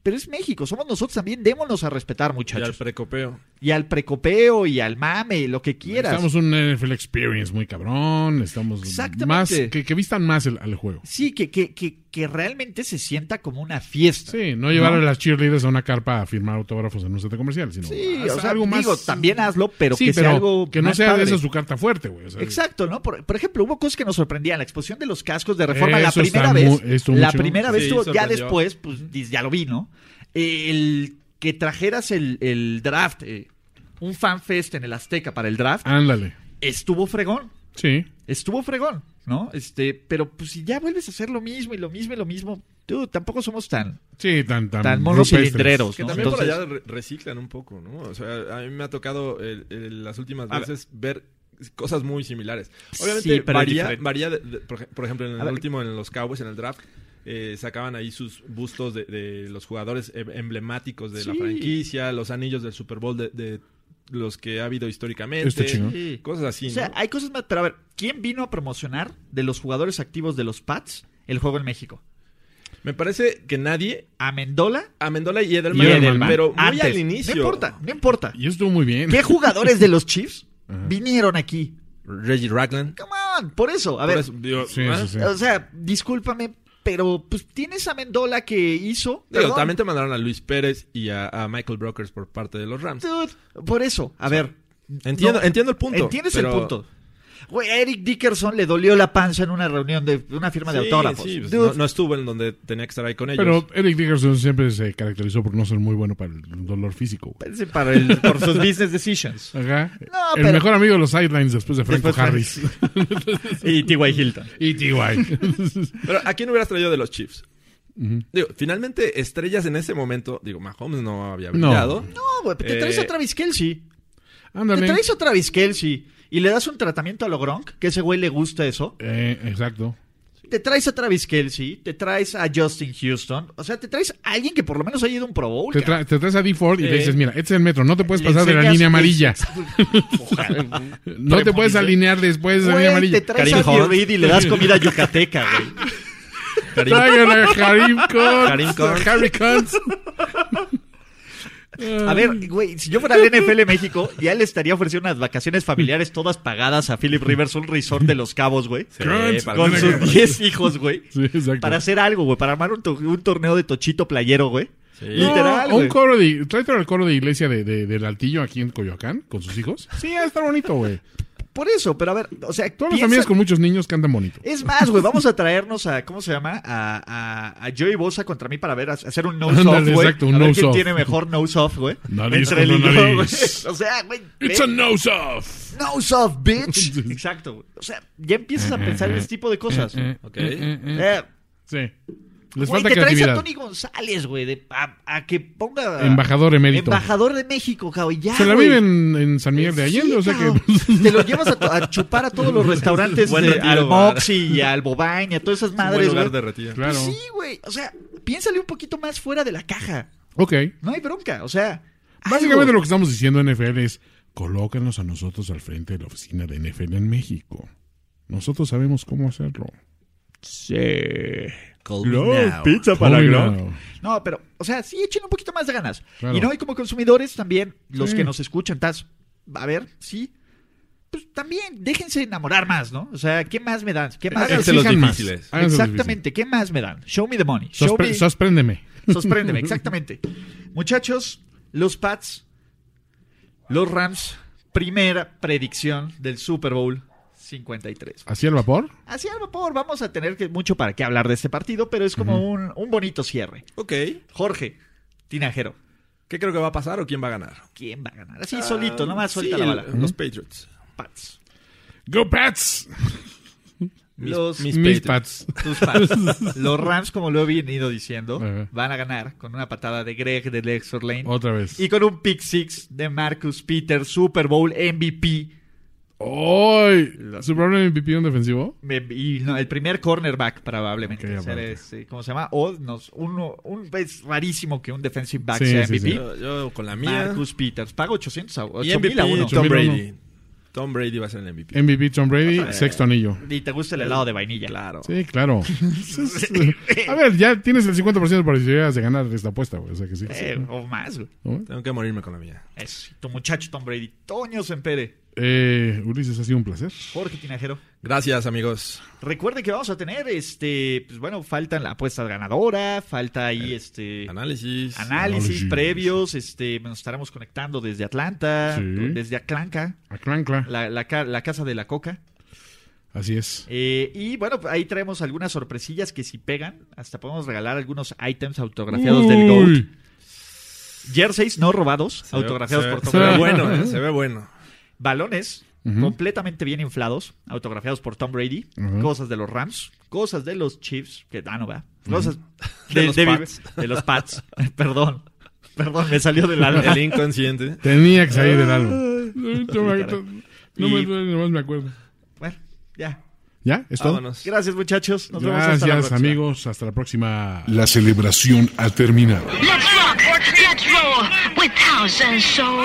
Pero es México, somos nosotros también, démonos a respetar,
Y al
muchachos.
precopeo.
Y al precopeo y al mame, lo que quieras.
Estamos un NFL Experience muy cabrón. Estamos
Exactamente.
más. Que, que vistan más el, al juego.
Sí, que, que, que, que realmente se sienta como una fiesta.
Sí, no llevar a las cheerleaders a una carpa a firmar autógrafos en un centro comercial, sino
Sí,
haz
o sea, digo, también hazlo, pero
sí,
que
pero
sea algo
que no
más
sea
padre.
de esa su carta fuerte, güey. o sea,
Exacto, ¿no? Por, por ejemplo, hubo cosas que nos sorprendían. La exposición de los cascos de reforma la
Eso está
primera vez.
mu- estuvo muy
la
chingón.
primera vez
Sí,
estuvo- ya
sorprendió.
después, pues dis- ya lo vi, ¿no? El que trajeras el, el draft, eh, un fanfest en el Azteca para el draft,
Ándale.
estuvo fregón.
Sí.
estuvo fregón, ¿no? Este, pero pues si ya vuelves a hacer lo mismo y lo mismo y lo mismo, tú tampoco somos tan
Sí, tan, tan.
tan monos
rupestres.
cilindreros,
Que
¿no?
también
Entonces,
por allá re- reciclan un poco, ¿no? O sea, a mí me ha tocado el- el- las últimas
A
veces ver cosas muy similares.
Sí,
Obviamente
pero
varía,
diferente.
varía de- de- por, ej- por ejemplo, en
A
el
ver.
último, en los Cowboys, en el draft, eh, sacaban ahí sus bustos de, de los jugadores em- emblemáticos de la
Sí.
franquicia, los anillos del Super Bowl de, de los que ha habido históricamente,
Está chingón.
sí.
cosas así,
O
¿no?
sea, hay cosas más, pero a ver, ¿quién vino a promocionar de los jugadores activos de los Pats el juego en México?
Me parece que nadie...
Amendola
Amendola y Edelman,
y
Edelman.
Edelman.
pero muy
Antes.
al inicio.
No importa, no importa.
Y estuvo muy bien.
¿Qué jugadores de los Chiefs vinieron aquí?
Reggie Ragland.
Come on, por eso, a ver,
Por eso, digo,
Sí,
¿ah?
sí, sí.
o sea, discúlpame, pero pues tienes a Amendola que hizo.
Digo,
Perdón,
también te mandaron a Luis Pérez y a, a Michael Brokers por parte de los Rams.
dude, por eso, a ver.
Entiendo,
no.
entiendo el punto.
Entiendes
pero-
el punto. Güey, a Eric Dickerson le dolió la panza en una reunión de una firma de
Sí,
autógrafos.
sí, pues,
Dude,
no, no estuvo en donde tenía que estar ahí con ellos.
Pero Eric Dickerson siempre se caracterizó por no ser muy bueno para el dolor físico. güey.
pense para el- por sus business decisions.
Ajá.
No,
el
pero-
mejor amigo de los sidelines después de Franco
Después fue-
Harris.
y T.Y. Hilton.
Y T.Y.
Pero ¿a quién hubieras traído de los Chiefs? Digo, finalmente, estrellas en ese momento, digo, Mahomes no había
No.
brillado.
No, güey, te traes
Eh,
a Travis Kelsey. Te
Ándale.
traes a Travis Kelsey y le das un tratamiento a lo Gronk, que ese güey le gusta eso.
Eh, exacto.
Te traes a Travis Kelsey, te traes a Justin Houston. O sea, te traes a alguien que por lo menos haya ido a un Pro Bowl.
Te,
cabrón.
tra- te traes a D. Ford y le dices, mira, este es el metro, no te puedes
Eh. Le
pasar de la
enseñas-
línea amarilla.
Ojalá.
No te puedes alinear después de la
Güey,
línea
te
amarilla.
traes
Karim
a
Hunt.
Reed y le das comida yucateca, güey.
Karim,
Traigan a Karim
Karim
Khan.
Khan.
Harry Khan.
A ver, güey, si yo fuera el NFL México, ya le estaría ofreciendo unas vacaciones familiares todas pagadas a Philip Rivers, un resort de los cabos, güey.
Sí,
Crunch,
para
Con
que-
sus 10 hijos, güey.
Sí, exacto.
Para hacer algo, güey. Para armar un, to- un torneo de tochito playero, güey.
Sí.
Literal,
No, un
güey.
coro de, tráete al coro de iglesia de, de- del Altillo aquí en Coyoacán con sus hijos. Sí, va a estar bonito, güey.
Por eso, pero a ver, o sea,
Todas las
piensa-
familias con muchos niños cantan bonito.
Es más, güey, vamos a traernos a, ¿cómo se llama? A, a, a Joey Bosa contra mí para ver, a- hacer un nose
Ándale,
off, güey.
exacto, un
a ver
nose
quién
off.
tiene mejor nose off, güey.
Nariz
Entre él y
contra
yo, güey.
nariz.
O sea, güey.
It's
ve-
a nose off.
Nose off, bitch. Exacto, güey. O sea, ya empiezas a pensar en este tipo de cosas.
Eh,
Ok.
eh, eh, eh.
Eh,
Sí. Les
güey,
falta
te traes a
creatividad.
Tony González, güey, de- a, a que ponga...
Embajador emérito.
Embajador de México, cabrón. Ya,
Se la
güey.
viven en San Miguel de Allende, o sea
Sí,
que. pues,
cabrón. Te lo llevas a, to- a chupar a todos los restaurantes
Buen
de-
retiro,
al
güey.
Moxie y al Bobain y a todas esas
Un buen
madres,
lugar
güey.
de retiro.
Claro.
Sí, güey. O sea, piénsale un poquito más fuera de la caja.
Ok.
No hay bronca. O sea,
Básicamente
algo.
lo que estamos diciendo NFL es: colócanos a nosotros al frente de la oficina de NFL en México. Nosotros sabemos cómo hacerlo.
Call me
No,
now.
pizza
para Glock. No, pero, o sea, sí echen un poquito más de ganas.
Claro.
Y no, y como consumidores también, los
Sí.
que nos escuchan, estás, a ver, sí. Pues también, déjense enamorar más, ¿no? O sea, ¿qué más me dan? ¿Qué más?
Háganse
Exijan
los
más.
difíciles.
Háganse los difíciles.
Exactamente, ¿qué más me dan? Show me the money. Show
Sospre-
me...
Sospréndeme.
Sorpréndeme, exactamente. Muchachos, los Pats, los Rams, primera predicción del Super Bowl 53.
¿Así el vapor?
Así al vapor, vamos a tener que, mucho para qué hablar de este partido, pero es como un, un bonito cierre.
Ok.
Jorge, Tinajero,
¿Qué creo que va a pasar o quién va a ganar?
¿quién va a ganar? Así solito, nomás
Ah, Sí,
suelta la bala.
Los Patriots.
Pats.
¡Go Pats!
Mis,
Los-
mis
Mis
Patriots.
Pats.
Tus Pats. los Rams, como lo he venido diciendo,
Ajá. Oh.
van a ganar con una patada de Greg de Lexor Lane.
Otra vez.
Y con un pick six de Marcus Peters, Super Bowl MVP.
¡Ay! ¿Su problema MVP un defensivo?
Me- y no, el primer cornerback probablemente.
Ok,
O sea,
aparte.
es, eh, ¿Cómo se llama? O nos- uno, un, es rarísimo que un defensive back
Sí,
sea
sí,
MVP.
sí.
Yo, yo con la mía.
Marcus Peters. Paga 800 a,
y
8000
MVP,
a uno.
ocho-
Tom
8000 a uno.
Brady. Tom Brady va a ser el MVP.
MVP Tom Brady, sexto anillo.
Y te gusta el helado de vainilla.
Claro.
Sí, claro. A ver, ya tienes el 50% de posibilidades de ganar esta apuesta, güey. O sea que sí.
Eh, o más, güey.
¿No?
Tengo que morirme con la mía.
Eso, Tu muchacho Tom Brady. Toño Sempere.
Eh, Ulises, ha sido un placer.
Jorge Tinajero.
Gracias, amigos.
Recuerde que vamos a tener, este, pues bueno, faltan la apuesta ganadora, falta ahí, este...
Eh, Análisis.
Análisis,
Análisis.
previos, este, nos estaremos conectando desde Atlanta,
Sí.
desde Aclanca,
A Clancla.
la, la ca- la casa de la coca.
Así es.
Eh, y bueno, ahí traemos algunas sorpresillas que si pegan, hasta podemos regalar algunos ítems autografiados del GOAT.
Uy,
Jerseys no robados,
Se ve-
autografiados
se ve-
por Tom
Se ve
Brady.
bueno, eh, se ve bueno.
Balones
Ujú.
completamente bien inflados, autografiados por Tom Brady.
Ujú.
Cosas de los Rams, cosas de los Chiefs, que ah, no va. Cosas
De los Pats.
de los Pats. Perdón, perdón, me salió del alma.
El inconsciente.
Tenía que salir del alma. No me, no me
Y-
duele, nomás me acuerdo.
Bueno, ya.
¿Ya? ¿Es todo?
Vámonos.
Gracias, muchachos. Nos vemos hasta la
Gracias,
próxima.
amigos. Hasta la próxima.
La celebración ha terminado.
Let's rock, let's roll with house and soul.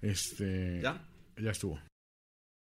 Este.
¿Ya?
este, Ya estuvo.